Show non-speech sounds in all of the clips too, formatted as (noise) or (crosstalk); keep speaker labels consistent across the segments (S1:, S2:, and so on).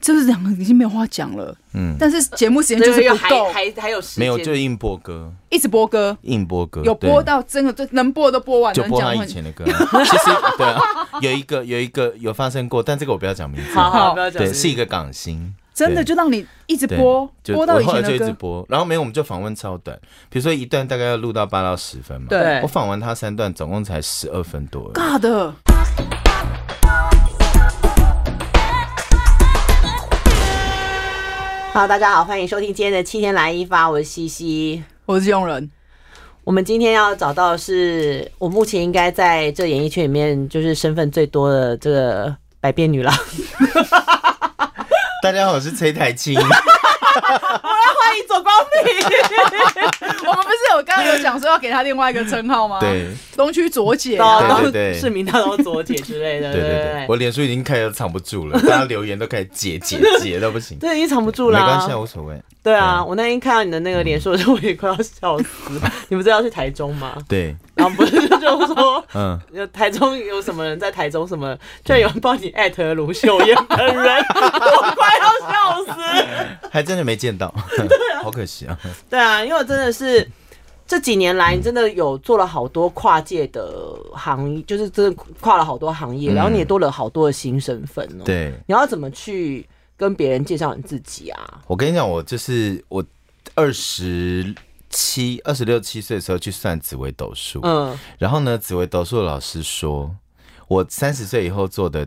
S1: 就是两个已经没有话讲了，
S2: 嗯，
S1: 但是节目时间
S3: 所
S1: 就
S3: 以
S1: 是
S3: 又
S1: 不
S3: 还
S1: 够，
S3: 还还有时间，
S2: 没有就硬播歌，
S1: 一直播歌，
S2: 硬播歌
S1: 有播
S2: 对
S1: 到真的就能播的都播完，
S2: 就
S1: 能
S2: 播
S1: 讲
S2: 他
S1: 的
S2: 以
S1: 话
S2: 前的歌， (laughs) 其实对啊，有一个有一个有发生过，但这个我不要讲名字，
S3: 好好
S1: 好
S3: 不要讲，
S2: 对，是一个港星，
S1: 真的
S2: 对
S1: 就让你一直
S2: 对
S1: 播
S2: 就
S1: 播到
S2: 我
S1: 以
S2: 后
S1: 前
S2: 来就
S1: 的
S2: 一直
S1: 歌，
S2: 播，然后没有我们就访问超短，比如说一段大概要录到八到十分嘛，
S1: 对
S2: 我访问他三段，总共才十二分多而已，
S1: 尬的。
S3: 好，大家好，欢迎收听今天的七天来一发，我是西西。
S1: 我是佣
S3: (laughs)
S1: 人，
S3: 我们今天要找到的是我目前应该在这演艺圈里面就是身份最多的这个百变女郎。
S2: 大家好，我是崔台青，
S3: 欢迎左光平，
S1: 我们不是有刚刚有讲说要给他另外一个称号吗？，
S2: 对
S1: 东区左姐啊，
S3: 哦
S2: 对对对
S3: 市民大道左姐之类的，
S2: 对对
S3: 对
S2: 对，我脸书已经开始藏不住了，大家留言都开始解解解都不行，
S3: (laughs) 对，已经藏不住
S2: 没
S3: 啦、
S2: 关系，啊，无所谓，
S3: 对啊，
S2: 对
S3: 我那天看到你的那个脸书的时候，我也快要笑死。
S2: (laughs)
S3: 你不是要去台中吗？
S2: 对，
S3: 然后不是就说，
S2: 嗯，
S3: 有台中有什么人在台中什么，居然有人帮你艾特卢秀燕本人，我快要笑死。
S2: 还真的没见到，好可惜啊，
S3: 对啊，因为我真的是这几年来，你真的有做了好多跨界的行业，就是真的跨了好多行业，
S2: 嗯
S3: 然后你也多了好多的新身份哦。，
S2: 对。
S3: 你要怎么去跟别人介绍你自己啊？
S2: 我跟你讲，我就是我二十七、二十六七岁的时候去算紫微斗数，
S3: 嗯，
S2: 然后呢，紫微斗数的老师说，我三十岁以后做的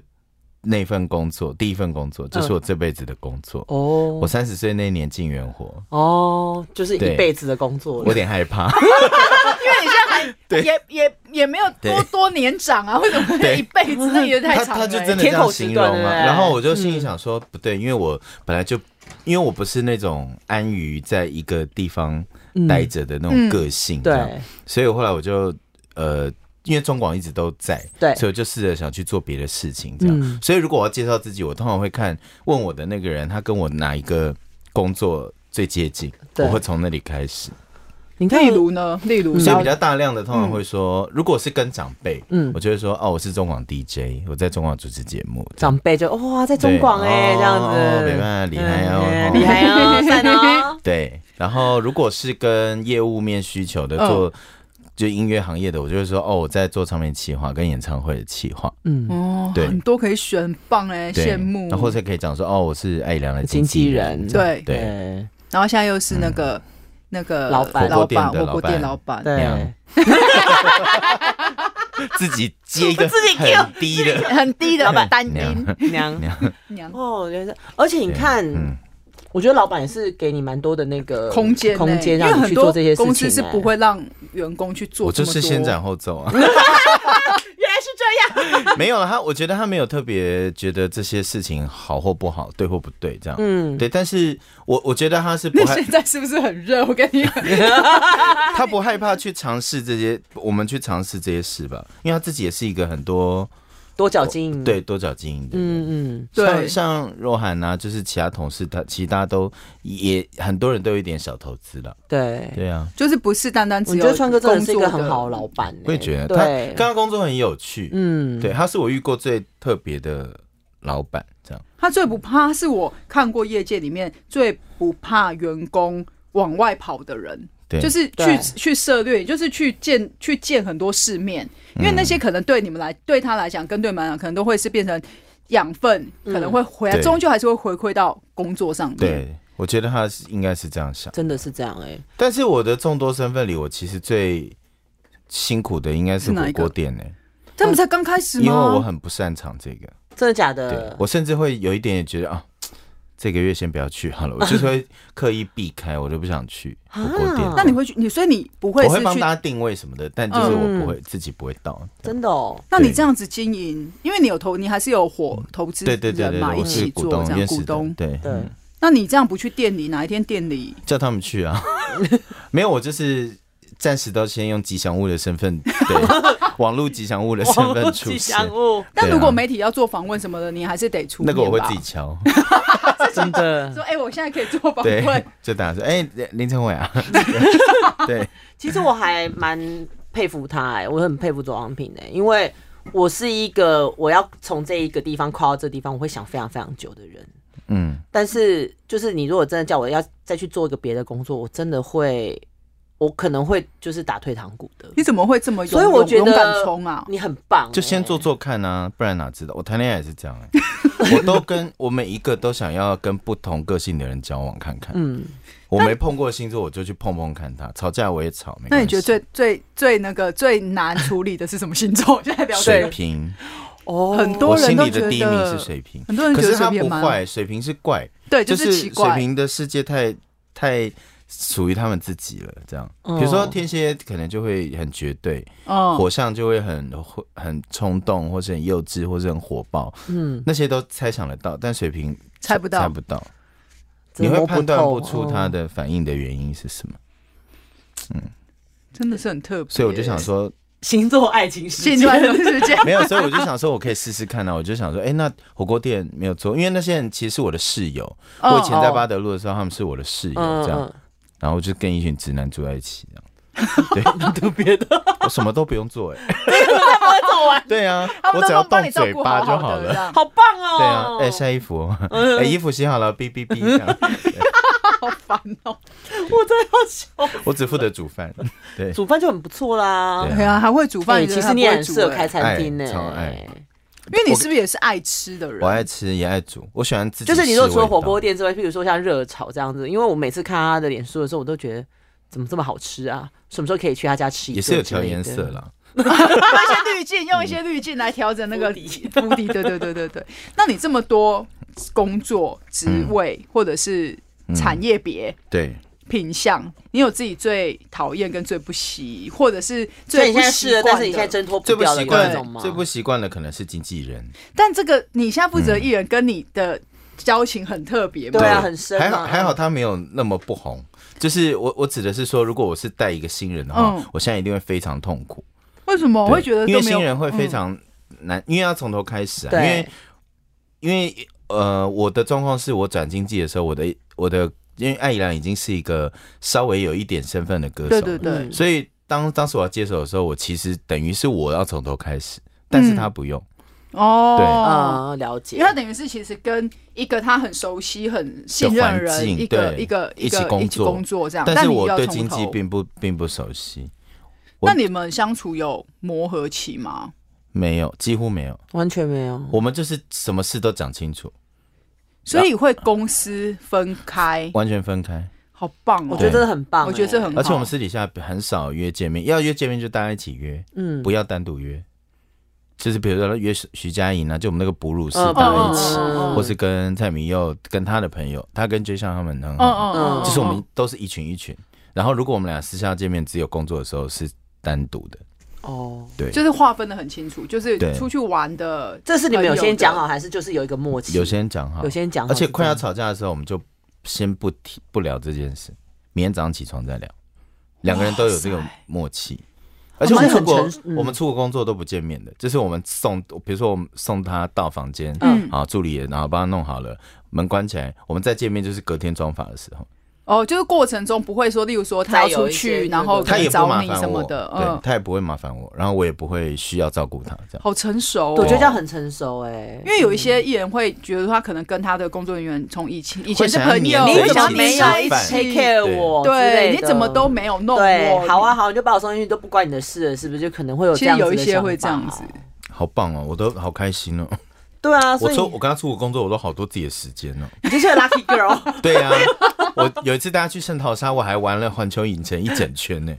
S2: 那份工作，第一份工作，就是我这辈子的工作。我
S3: 哦
S2: 三十岁那年进元火，
S3: 哦，就是
S2: 对
S3: 一辈子的工作
S2: 我
S3: 了
S2: 有。点害
S3: (laughs)
S2: 怕。
S1: 因为你现在还
S2: (laughs) 对
S1: 也也也没有多
S2: 对
S1: 多年长啊，为什么
S2: 对
S1: 一辈子那也太
S2: 他
S1: 长
S2: 他
S1: 了？哎
S2: 就真的这
S3: 天
S2: 样
S3: 口直
S2: 形容
S3: 断对不
S2: 嘛，
S3: 对嗯
S2: 然后我就心里想说，不对，因为我本来就，因为我不是那种安于在一个地方待着的那种个性，这样
S3: 嗯对，
S2: 所以我后来我就呃，因为中广一直都在，
S3: 对
S2: 所以我就试着想去做别的事情，这样。
S3: 嗯
S2: 所以如果我要介绍自己，我通常会看问我的那个人，他跟我哪一个工作最接近，
S3: 对嗯
S2: 我会从那里开始。
S3: 你看
S1: 例，如呢，例如
S2: 所以比
S1: 呢，
S2: 较大量的通常会说，如果是跟长辈，
S3: 嗯
S2: 我就会说哦，我是中广 DJ，我在中广主持节目。这样
S3: 长辈就哦哇，在中广哎、
S2: 对
S3: 这样
S2: 哦
S3: 子，
S2: 没办法厉害哦
S3: 嗯
S2: 哦
S3: 厉害
S2: (laughs)
S3: 哦，赞哦。
S2: 对，然后如果是跟业务面需求的
S1: 嗯
S2: 做。就音乐行业的，我就会说哦，我在做唱片企划跟演唱会的企划，
S3: 嗯，
S1: 哦，
S2: 对
S1: 很多可以选，很棒哎，
S2: 对
S1: 羡慕。
S2: 然后才可以讲说哦，我是艾良的
S3: 经纪
S2: 纪
S3: 人，
S2: 这样
S1: 对
S2: 对，
S1: 然后现在又是那
S3: 嗯
S1: 个那个
S3: 老板
S1: 老
S2: 火锅店
S1: 板，
S2: 的
S1: 火锅店老
S2: 老
S1: 板，
S3: 对
S2: 娘，自己接一个
S3: 自己 cue，
S2: 很低的嗯
S1: 很低的老
S2: (laughs)
S1: 板单丁
S2: 娘
S3: 娘
S2: 娘。
S1: (laughs) 娘，
S3: 哦，原来是，而且你看，
S2: 嗯，
S3: 我觉得老板也是给你蛮多的那个
S1: 空间
S3: 空
S1: 欸
S3: 间
S1: 因为
S3: 让你
S1: 很
S3: 去做
S1: 多
S3: 这些事情、
S1: 公司是
S3: 欸
S1: 不，会让员工去做
S2: 我
S1: 这
S2: 就
S1: 么多，
S2: 是
S1: (laughs)
S2: 先斩后奏啊， (laughs)
S3: 原来是这样。
S2: 没有了。他我觉得他没有特别觉得这些事情好或不好，对或不对这样。
S3: 嗯，
S2: 对，但是我我觉得他是不
S1: 那
S2: 害
S1: 现在是不是很热？我跟
S3: (laughs)
S1: 你讲，啊
S2: 他不害怕去尝试这些，我们去尝试这些事吧，因为他自己也是一个很多
S3: 多角经营，，
S2: 对多角经营的人。
S3: 嗯嗯，
S1: 对
S2: 像像若涵啊，就是其他同事，他其他都也很多人都有一点小投资了。
S3: 对。
S2: 对啊，
S1: 就是不是单单
S3: 我
S1: 只有
S3: 觉得川哥真的是一个
S1: 工作
S3: 很好的老板、欸，
S2: 我也觉得他
S3: 对
S2: 跟，他工作很有趣。
S3: 嗯，
S2: 对，他是我遇过最特别的老板，这样。
S1: 他最不怕，他是我看过业界里面最不怕员工往外跑的人，
S2: 对，
S1: 就是去
S3: 对
S1: 去涉略，就是去见去见很多世面，
S2: 嗯
S1: 因为那些可能对你们来，对他来讲，跟对我们来讲，可能都会是变成养分，
S3: 嗯
S1: 可能会回来，
S2: 对
S1: 终究还是会回馈到工作上面。，
S2: 对，我觉得他是应该是这样想。
S3: 真的是这样哎、欸，
S2: 但是我的众多身份里，我其实最辛苦的应该
S1: 是
S2: 是
S1: 哪
S2: 火
S1: 一个
S2: 锅店呢、
S1: 他们才刚开始
S2: 因为我
S1: 吗？
S2: 很不擅长这个。
S3: 真的假
S2: 对
S1: 嗯
S3: 的？
S2: 我甚至会有一点也觉得啊，这个月先不要去好
S1: (laughs)
S2: 了，我就是会刻意避开，我就不想去火锅店
S3: 啊。
S1: 那你会去，你所以你不会
S2: 我
S1: 是
S2: 会帮
S1: 去嗯
S2: 大家定位什么的，但就是我不会自己不会到。
S3: 真的哦，
S1: 那你
S2: 对
S1: 这样子经营，因为你有投，你还是有伙投资
S2: 对对对
S1: 人
S2: 对，
S1: 嘛，
S2: 对
S1: 一
S2: 我是
S1: 起
S2: 股
S1: 做
S2: 东
S1: 这
S2: 认
S1: 样
S2: 识
S1: 股
S2: 的
S1: 东。
S2: 对
S3: 对
S2: 嗯
S1: 那你这样不去店里，哪一天店里
S2: 叫他们去啊。 (laughs) 没有，我就是暂时都先用吉祥物的身份，
S1: (laughs)
S2: 对，网络吉祥物的 (laughs) 身份出
S3: 吉
S2: 现
S3: 祥。物，
S1: 但
S2: 对
S1: 如
S2: 啊
S1: 果媒体要做访问什么的，你还是得出
S2: 那个我会
S1: 面吧
S2: 自己敲，
S3: (laughs) 真的
S1: 说，哎、我现在可以做访 (laughs)
S2: 对
S3: (laughs)
S1: 问，，
S2: 就打说，哎，林晨
S1: (laughs)
S2: 伟啊，对，
S3: 其实我还蛮佩服他哎、我很佩服左昂平哎、因为我是一个我要从这一个地方跨到这地方，我会想非常非常久的人。
S2: 嗯，
S3: 但是就是你如果真的叫我要再去做一个别的工作，我真的会，我可能会就是打退堂鼓的。
S1: 你怎么会这么勇
S3: 所以我觉
S1: 勇敢
S3: 得
S1: 冲啊？
S3: 你很棒欸、
S2: 就先做做看啊，不然哪知道？我谈恋爱也是这样、欸，
S1: (laughs)
S2: 我都跟我每一个都想要跟不同个性的人交往看看。
S3: 嗯，
S2: 我没碰过星座，我就去碰碰看他，吵架我也吵，没关系
S1: 那你觉得最最最那个最难处理的是什么星座？ (laughs) 现在不要这
S2: 水
S1: 个，
S2: 瓶？
S3: 哦
S1: 很多
S2: 我
S1: 人
S2: 心
S1: 都
S2: 里
S1: 觉得
S2: 的第一名是水瓶，
S1: 很多人
S2: 可
S1: 觉得
S2: 是
S1: 水
S2: 他
S1: 瓶
S2: 不
S1: 蛮好
S2: 坏，水瓶是怪，
S1: 对，就
S2: 就是
S1: 奇
S2: 水
S1: 怪。
S2: 瓶的世界太太属于他们自己了。这样，
S3: 哦
S2: 比如说天蝎可能就会很绝对，
S1: 嗯，
S2: 火象就会很很冲动，或是很幼稚，或是很火爆，
S3: 嗯，
S2: 那些都猜想得到，但水瓶
S1: 猜不到
S2: 猜不到，
S3: 真
S2: 你
S3: 的
S2: 会
S3: 摸
S2: 判断
S3: 透哦
S2: 不出他。的反应的原因是什么。
S1: 嗯真的是很特别。
S2: 所以我就想
S1: (laughs)
S2: 说，
S3: (laughs) 星座爱情世
S1: 性
S3: 界
S1: 转的世界
S2: (laughs) 没有，所以我就想说，我可以试试看啊。我就想说，哎、那火锅店没有做，因为那些人其实是我的室友。
S1: 哦
S2: 我以前在巴德路的时候，他们是我的室友，
S3: 嗯
S2: 这样，
S3: 嗯，
S2: 然后就跟一群直男住在一起，
S1: (laughs)
S2: 这样。对，
S3: 特别的，
S2: 我什么都不用做、哎，
S3: 快走
S2: (laughs)
S3: 完，
S2: 对啊
S1: 他，
S2: 我
S1: 们
S2: 只
S1: 都
S2: 要
S1: 帮
S2: 动
S1: 你照
S2: 嘴
S1: 顾
S2: 巴就
S1: 好
S2: 好
S1: 的这
S2: 了。
S1: 样，
S3: (laughs)
S1: 嗯
S3: 好棒
S2: (laughs)
S3: 哦！
S2: 对啊，哎、晒衣服，哎、衣服洗好了，哔哔哔，这
S1: (laughs)
S2: 样
S1: 好烦哦。
S3: 我真的要笑。
S2: 我只负责煮饭，对，
S3: (laughs) 煮饭就很不错啦
S2: 对。
S1: 对啊，还会煮饭，
S3: 哎
S1: 有的
S3: 其
S1: 人
S3: 实你
S1: 还不会
S3: 也很
S1: 煮
S3: 适合
S1: 哎
S3: 开餐厅呢、
S2: 哎超爱
S1: 因为你是不是也是爱吃的人？
S2: 我
S1: (laughs)
S2: 爱吃也爱煮，我喜欢自己
S3: 就
S2: 试味道。
S3: 是你说除了火锅店之外，譬如说像热炒这样子，因为我每次看他的脸书的时候，我都觉得怎么这么好吃啊？什么时候可以去他家吃一
S2: 也
S3: 顿
S2: 是有
S3: 之
S2: 调
S3: 类的
S2: 颜色。啦，
S1: 用一些滤镜，用一些滤镜来调整
S3: (laughs)
S1: 那个
S3: 底
S1: 目的。对对对对对。那你这么多工作
S2: 嗯
S1: 职位、或者是产业别、
S2: 对，
S1: 品相，你有自己最讨厌跟最不喜，或者是
S3: 所
S1: 最
S3: 以你
S1: 不
S3: 现在
S1: 习
S3: 试了，
S1: 惯
S3: 但是你现在
S1: 的？
S3: 挣脱
S2: 最
S3: 不
S2: 不
S3: 掉
S2: 习
S3: 的有那
S2: 惯
S3: 种吗？
S2: 最不习惯的可能是经纪人，
S1: 但这个你现在负责艺人，跟你的交情很特别嘛？
S3: 对啊很深啊
S2: 还好还好他没有那么不红，就是我我指的是说，如果我是带一个新人的话，
S1: 嗯
S2: 我现在一定会非常痛苦。
S1: 为什么我
S2: 对
S1: 会觉得
S2: 因为
S1: 都没
S2: 新
S1: 有？嗯
S2: 人会非常难，因为要从头开始啊，因为
S3: 对，
S2: 因为呃，我的状况是我转经纪的时候，我的我的因为艾怡良已经是一个稍微有一点身份的歌手，
S1: 对对对，
S3: 嗯
S2: 所以当当时我要接手的时候，我其实等于是我要从头开始，但是
S1: 嗯
S2: 他不用，
S1: 哦。
S3: 嗯，了解。
S1: 因为他等于是其实跟一个他很熟悉、很信任的
S2: 的环
S1: 人，
S2: 境
S1: 一个
S2: 对
S1: 一个
S2: 一起
S1: 个
S2: 工
S1: 一起
S2: 作
S1: 工作这样。
S2: 但是
S1: 啊你
S2: 我
S1: 要
S2: 对
S1: 从
S2: 经济
S1: 头
S2: 并不并不熟悉，我
S1: 那你们相处有磨合期吗？
S2: 没有，几乎没有，
S3: 完全没
S1: 嗯
S3: 有。
S2: 我们就是什么事都讲清楚，
S1: 所以会公私分开，
S2: 完全分开，
S1: 好棒哦！
S3: 我觉得真的很棒、欸
S1: 我觉得这很嗯好
S2: 而且我们私底下很少约见面，要约见面就大家一起约，
S3: 嗯
S2: 不要单独约。就是比如说约徐徐佳莹啊，就我们那个哺乳室
S3: 嗯
S2: 大家一
S1: 嗯嗯
S2: 起，
S1: 嗯嗯
S2: 或是跟蔡明佑、跟他的朋友，他跟 J 项他们很
S1: 嗯嗯
S2: 好，
S1: 嗯，嗯
S2: 就是我们都是一群一群。然后如果我们俩私下见面，只有工作的时候是单独的，
S3: 哦。
S2: 对，
S1: 就是划分的很清楚，就是
S2: 对
S1: 出去玩的，
S3: 这是你们有先讲好，
S1: 朋友
S3: 还是就是有一个默契？
S2: 有些人讲哈
S3: 有，先讲好，
S2: 而且快要吵架的时候，我们就先不提不聊这件事，明天早上起床再聊。两个人都有这种默契，而且我们出
S3: 哦
S2: 国
S3: 蛮诚，嗯
S2: 我们出国工作都不见面的，就是我们送，比如说我们送他到房间，
S1: 嗯
S2: 啊，助理也然后帮他弄好了，门关起来，我们再见面就是隔天装法的时候，
S1: 哦，就是过程中不会说，例如说他要出
S3: 再有一
S1: 去，
S3: 些
S1: 然后
S3: 对
S2: 他
S1: 可
S2: 也
S1: 能
S2: 不
S1: 找
S2: 麻
S1: 你什
S2: 烦
S1: 么
S2: 我，
S1: 的，
S2: 对
S1: 嗯，
S2: 他也不会麻烦我，然后我也不会需要照顾他这样。
S1: 好成熟
S3: 对，我觉得
S1: 哦。
S3: 这样很成熟哎、
S1: 因为有一些艺人会觉得他可能跟他的工作人员从以前以前是
S2: 想要
S1: 朋友，
S2: 黏
S3: 你
S2: 对着
S3: 怎么
S2: 一起
S3: 没
S2: 吃
S3: 有
S2: 饭
S3: 一起
S1: 起
S3: take care 我？之
S1: 对，
S3: 类
S1: 你
S3: 的
S1: 怎么都没有弄
S3: 对，
S1: 我？
S3: 好啊，，好，你就把我送进去，都不关你的事了，是不是？就可能会有
S1: 其
S3: 这
S1: 实
S3: 样子
S1: 有一
S3: 的
S1: 些
S3: 想
S1: 会这
S3: 法
S1: 样子。
S2: 好棒哦，我都好开心哦！
S3: 对啊，
S2: 我
S3: 所以
S2: 说我跟他出国工作，我都好多自己的时间哦。
S3: 你就是 lucky
S1: (laughs)
S3: girl， (laughs)
S2: 对啊，我有一次带他去圣淘沙，我还玩了环球影城一整圈
S3: (laughs)
S2: 呢。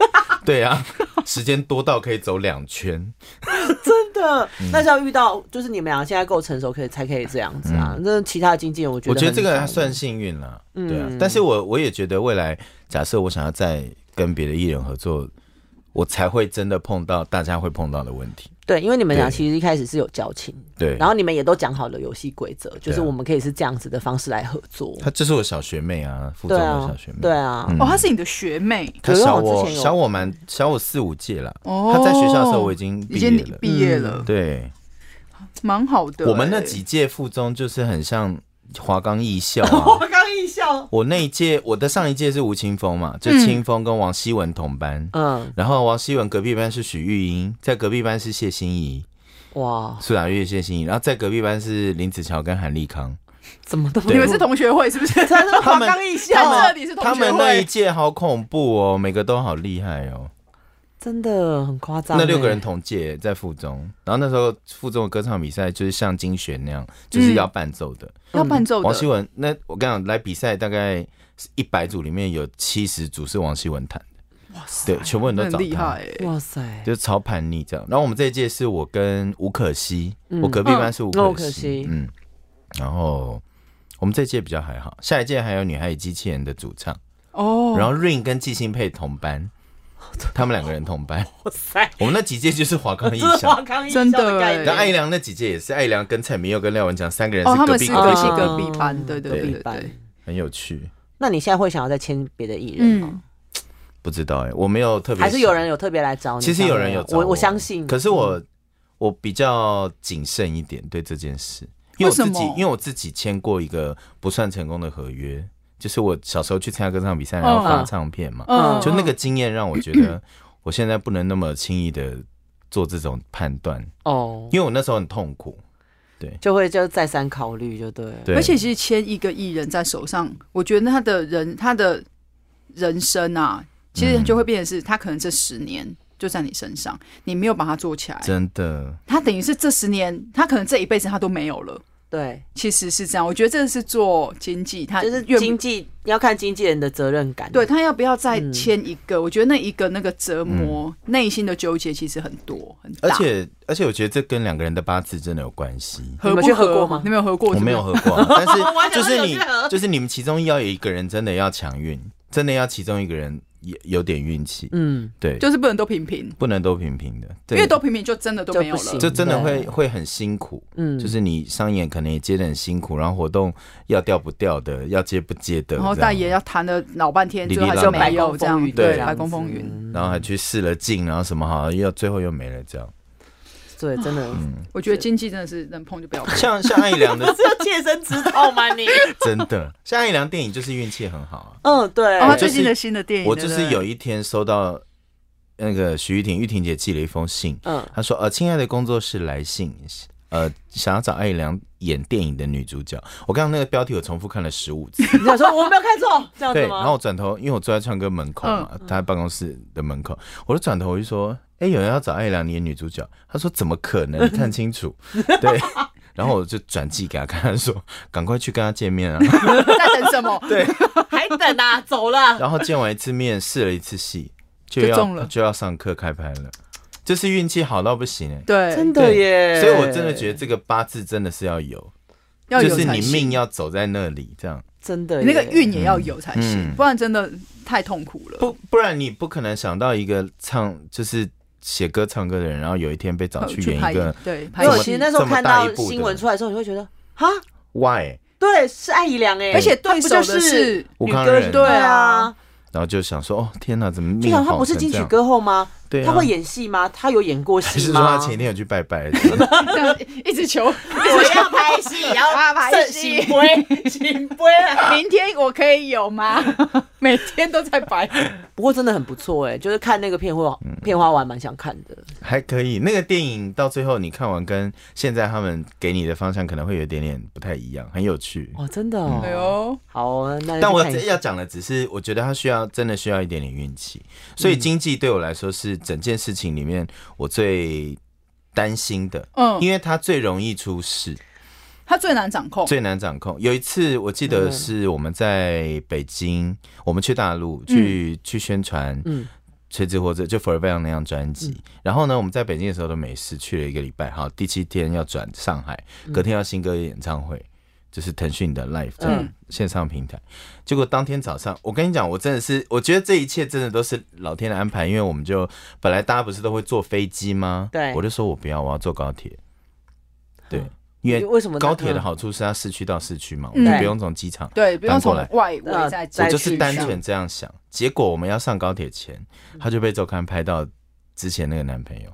S2: 对啊，时间多到可以走两圈。
S3: 真的。
S2: 嗯
S3: 那是要遇到，就是你们俩现在够成熟，可以才可以这样子啊。那其他的经纪人，我觉
S2: 嗯
S3: 得嗯
S2: 我
S3: 我
S2: 觉得这个还算幸运啦，对啊。但是我我也觉得未来，假设我想要再跟别的艺人合作，我才会真的碰到大家会碰到的问题。
S3: 对，因为你们俩
S2: 对
S3: 其实一开始是有交情，
S2: 对，
S3: 然后你们也都讲好了游戏规则，就是
S2: 对啊
S3: 我们可以是这样子的方式来合作。
S2: 她就是我小学妹啊，附中
S3: 对
S2: 的
S3: 啊
S2: 小学，嗯妹。
S3: 对啊，
S1: 哦，她是你的学妹
S2: 她
S3: 可是
S2: 小
S3: 我之
S2: 我
S3: 前有
S2: 小我蛮小我四五届啦。
S1: 哦
S2: 她在学校的时候我已经
S1: 已
S2: 毕
S1: 经
S2: 业了。
S1: 毕业了，
S2: 对，
S1: 蛮好的欸。
S2: 我们那几届附中就是很像华冈艺
S1: (laughs)
S2: 校啊。
S3: 刚一笑，
S2: 我那一届，我的上一届是吴青峰嘛，
S1: 嗯
S2: 就青峰跟王希文同班，
S3: 嗯，
S2: 然后王希文隔壁班是许玉英，在隔壁班是谢欣怡、
S3: 哇，
S2: 苏打绿、谢欣怡，然后在隔壁班是林子乔跟韩立康，
S3: 怎么都
S1: 你
S2: 对
S1: 们是同学会是不是？
S3: (laughs) 他是
S2: 他
S1: (laughs)
S3: 华
S2: 们
S3: 冈艺
S1: 他
S3: 校
S1: 们
S3: 啊，
S1: 这里是同学
S2: 他
S1: 会
S2: 们那一届好恐怖哦，每个都好厉害哦。
S3: 真的很夸张欸。
S2: 那六个人同届在附中，然后那时候附中的歌唱比赛就是像精选那样，就是
S1: 嗯
S2: 要伴奏的。
S1: 要伴奏
S2: 嗯王希
S1: 的，
S2: 文，那我跟你讲，来比赛大概一百组里面有七十组是王希文弹的，哇塞，对，全部人都
S1: 哎很
S2: 找
S1: 厉
S2: 他
S1: 害，欸。
S3: 哇塞，
S2: 就是超叛逆这样。然后我们这一届是我跟吴可希，我隔壁班是吴
S3: 嗯哦吴
S2: 可
S3: 可
S2: 希
S3: 希，
S2: 嗯，然后我们这一届比较还好，下一届还有女孩与机器人的主唱，
S1: 哦，
S2: 然后 Rain 跟季星配同班，他们两个人同班。
S1: (laughs)
S3: 哇塞，
S2: 我们那几届就是华冈
S3: 这
S2: 艺
S3: 是
S2: 校
S3: 华。冈艺校
S1: 真的
S3: 的概
S1: 欸
S2: 然后艾
S3: 念。
S2: 怡良那几届也是，艾怡良跟蔡明佑跟廖文强三个人
S1: 哦，他
S2: 是隔
S1: 们
S2: 壁
S1: 是
S2: 隔
S1: 隔
S2: 壁
S1: 壁
S3: 哦
S1: 隔壁班，对对
S2: 对
S1: 对
S3: 一
S1: 对
S3: 般
S1: 对，
S2: 很有趣。
S3: 那你现在会想要再签别的艺人吗？
S1: 嗯，
S2: 不知道哎、我没有特别想，
S3: 还是有人有特别来找你？
S2: 其实有人有找
S3: 我
S2: 我
S3: 我相信。
S2: 可是我我比较谨慎一点对这件事，因为我自
S1: 为
S2: 己
S1: 什么
S2: 因为我自己签过一个不算成功的合约，就是我小时候去参加歌唱比赛，然后发唱片嘛，
S1: 嗯
S2: 就那个经验让我觉得我现在不能那么轻易的做这种判断，
S3: 哦，
S2: 因为我那时候很痛苦。
S3: 就会就再三考虑，就对了。
S2: 对，
S1: 而且其实签一个艺人在手上，我觉得他的人他的人生啊，其实
S2: 嗯
S1: 就会变成是他可能这十年就在你身上，你没有把它做起来，
S2: 真的，
S1: 他等于是这十年，他可能这一辈子他都没有了。
S3: 对，
S1: 其实是这样，我觉得这是做经济，他
S3: 就是
S1: 愿不
S3: 经济要看经纪人的责任感。
S1: 啊对他要不要再
S3: 嗯
S1: 签一个？我觉得那一个那个折磨、内心的纠结其实很多很
S2: 嗯而
S1: 大。
S2: 且而且我觉得这跟两个人的八字真的有关系。
S1: 合
S3: 你
S1: 不
S3: 们去喝过吗
S1: 你没有合过？
S2: 我
S1: 是不
S2: 没
S1: 是
S2: 有。喝过啊，但
S3: 我还
S2: 是
S3: 想
S2: 就
S3: 说
S2: 是
S3: 有
S2: 你
S3: 去喝
S2: 就是你们其中要有一个人真的要强运，真的要其中一个人有有点运气，
S3: 嗯，
S2: 对，
S1: 就是不能都平平，
S2: 不能都平平的，
S1: 因
S2: 对
S1: 为都平平就真的都没有
S3: 就不
S1: 了。
S2: 这真的
S3: 对
S2: 会会很辛苦，
S3: 嗯
S2: 就是你商演可能也接的很辛苦，然后活动要掉不掉的，要接不接的，
S1: 然后
S2: 这样
S1: 大爷要谈了老半天，
S2: 哩哩
S1: 最后还
S2: 啦
S1: 是
S2: 啦
S1: 没有这样
S3: 白宫风云，
S2: 对
S1: 白宫风云。
S3: 嗯
S2: 然后还去试了镜，然后什么好像又最后又没了
S1: (laughs)
S2: 这样，
S3: 对，真的
S2: 嗯
S1: 我觉得经济真的是能碰就不要碰。
S2: 像像艾怡良的
S3: 是要切身指导吗？你？
S2: 真的，像艾怡良电影就是运气很好啊，
S3: 嗯，对
S1: 哦，，他
S2: 就
S1: 最近
S2: 是
S1: 的新的电影，
S2: 我
S1: 对
S2: 就
S1: 不
S2: 是
S1: 对
S2: 有一天收到那个徐玉婷，玉婷姐寄了一封信。
S3: 嗯，
S2: 他说：“呃，亲爱的工作室来信，呃，想要找艾怡良演电影的女主角。我刚刚那个标题我重复看了十五次，
S3: 你想说我没有看错，
S1: 哦
S3: 这样子
S2: 对。
S3: 吗？
S2: 然后我转头，因为我坐在唱歌门口
S1: 嗯
S2: 嘛，他在办公室的门口，我就转头我就说：‘哎、有人要找艾怡良演女主角。’他说：‘怎么可能？
S1: (laughs)
S2: 你看清楚。’对。然后我就转寄给他看，他说：‘赶快去跟他
S1: (laughs)
S2: 见面啊！’
S1: (laughs) 在等什么？
S2: (laughs)
S3: 还等啊，走了。
S2: 然后见完一次面，试了一次戏，就
S1: 就
S2: 要
S1: 中了
S2: 就要上课开拍了，就是运气好到不行、欸。”
S1: 对，
S3: 的耶
S2: 所以，我真的觉得这个八字真的是要有，
S1: 要有
S2: 就是
S1: 才
S2: 你
S1: 行
S2: 命，要走在那里，这样
S3: 真的
S1: 你那个
S3: 耶
S1: 运也要有才行
S2: 嗯，
S1: 不然真的太痛苦了。
S2: 不不然你不可能想到一个唱就是写歌唱歌的人，然后有一天被找去演
S1: 呃拍
S2: 一个
S1: 对
S3: 没
S1: 拍
S2: 这
S3: 有
S2: 么，
S1: 戏
S3: 其实那时候
S2: 这么
S3: 看
S2: 大
S3: 到
S2: 一步的
S3: 新闻出来的时候，你会觉得哈，
S2: why，
S3: 对，是艾怡良哎，
S1: 而且对
S3: 不
S1: 手
S3: 就
S1: 的
S3: 是
S1: 是
S2: 吴
S3: 女
S2: 康
S3: 歌
S2: 仁
S3: 对啊，
S2: 然后就想说哦天哪，怎么
S3: 就
S2: 命
S3: 想
S2: 好
S3: 他不是
S2: 成
S3: 金
S2: 这
S3: 曲
S2: 样，
S3: 歌后吗？
S2: 对啊，
S3: 他会演戏吗？他有演过
S2: 还
S3: 戏
S2: 是说
S3: 吗
S2: 他？前一天有去拜拜，
S1: 一直求
S3: 我要拍戏，然后
S1: 要拍
S3: 圣
S1: 戏
S3: 行杯，行杯啊！
S1: 明天我可以有吗？ (laughs) 每天都在摆，
S3: 不过真的很不错哎、就是看那个片花片花，我还蛮想看的。
S2: (laughs) 还可以。那个电影到最后你看完，跟现在他们给你的方向可能会有一点点不太一样，很有趣。
S3: 哦，真的哦。
S1: 哎呦，
S3: 好哦，那就
S2: 但我
S3: 看一下
S2: 要讲的只是，我觉得他需要真的需要一点点运气，所以经济对我来说是整件事情里面我最担心的，
S1: 嗯，
S2: 因为它最容易出事，
S1: 他最难掌控，
S2: 最难掌控。有一次我记得
S3: 哦嗯
S2: 是我们在北京，我们去大陆去去宣传，
S3: 嗯
S2: 垂直活着就 Forever Young 那张专辑。然后呢，我们在北京的时候都没事，去了一个礼拜。好，第七天要转上海，
S3: 嗯
S2: 隔天要新歌演唱会，就是腾讯的 Live 这样
S1: 嗯
S2: 线上平台。结果当天早上，我跟你讲，我真的是，我觉得这一切真的都是老天的安排，因为我们就本来大家不是都会坐飞机吗？
S3: 对嗯
S2: 我就说我不要，我要坐高铁。对，因为
S3: 为什么呢
S2: 高铁的
S3: 嗯
S2: 好处是它市区到市区嘛，我
S1: 嗯
S2: 们就不用从机场
S1: 对，不用
S2: 搬过
S1: 从
S2: 来
S1: 外围再
S3: 呃
S2: 我
S1: 再
S2: 就
S1: 去
S2: 是单
S1: 想
S2: 纯这样想。结果我们要上高铁前，他就被周刊拍到之前那个男朋友，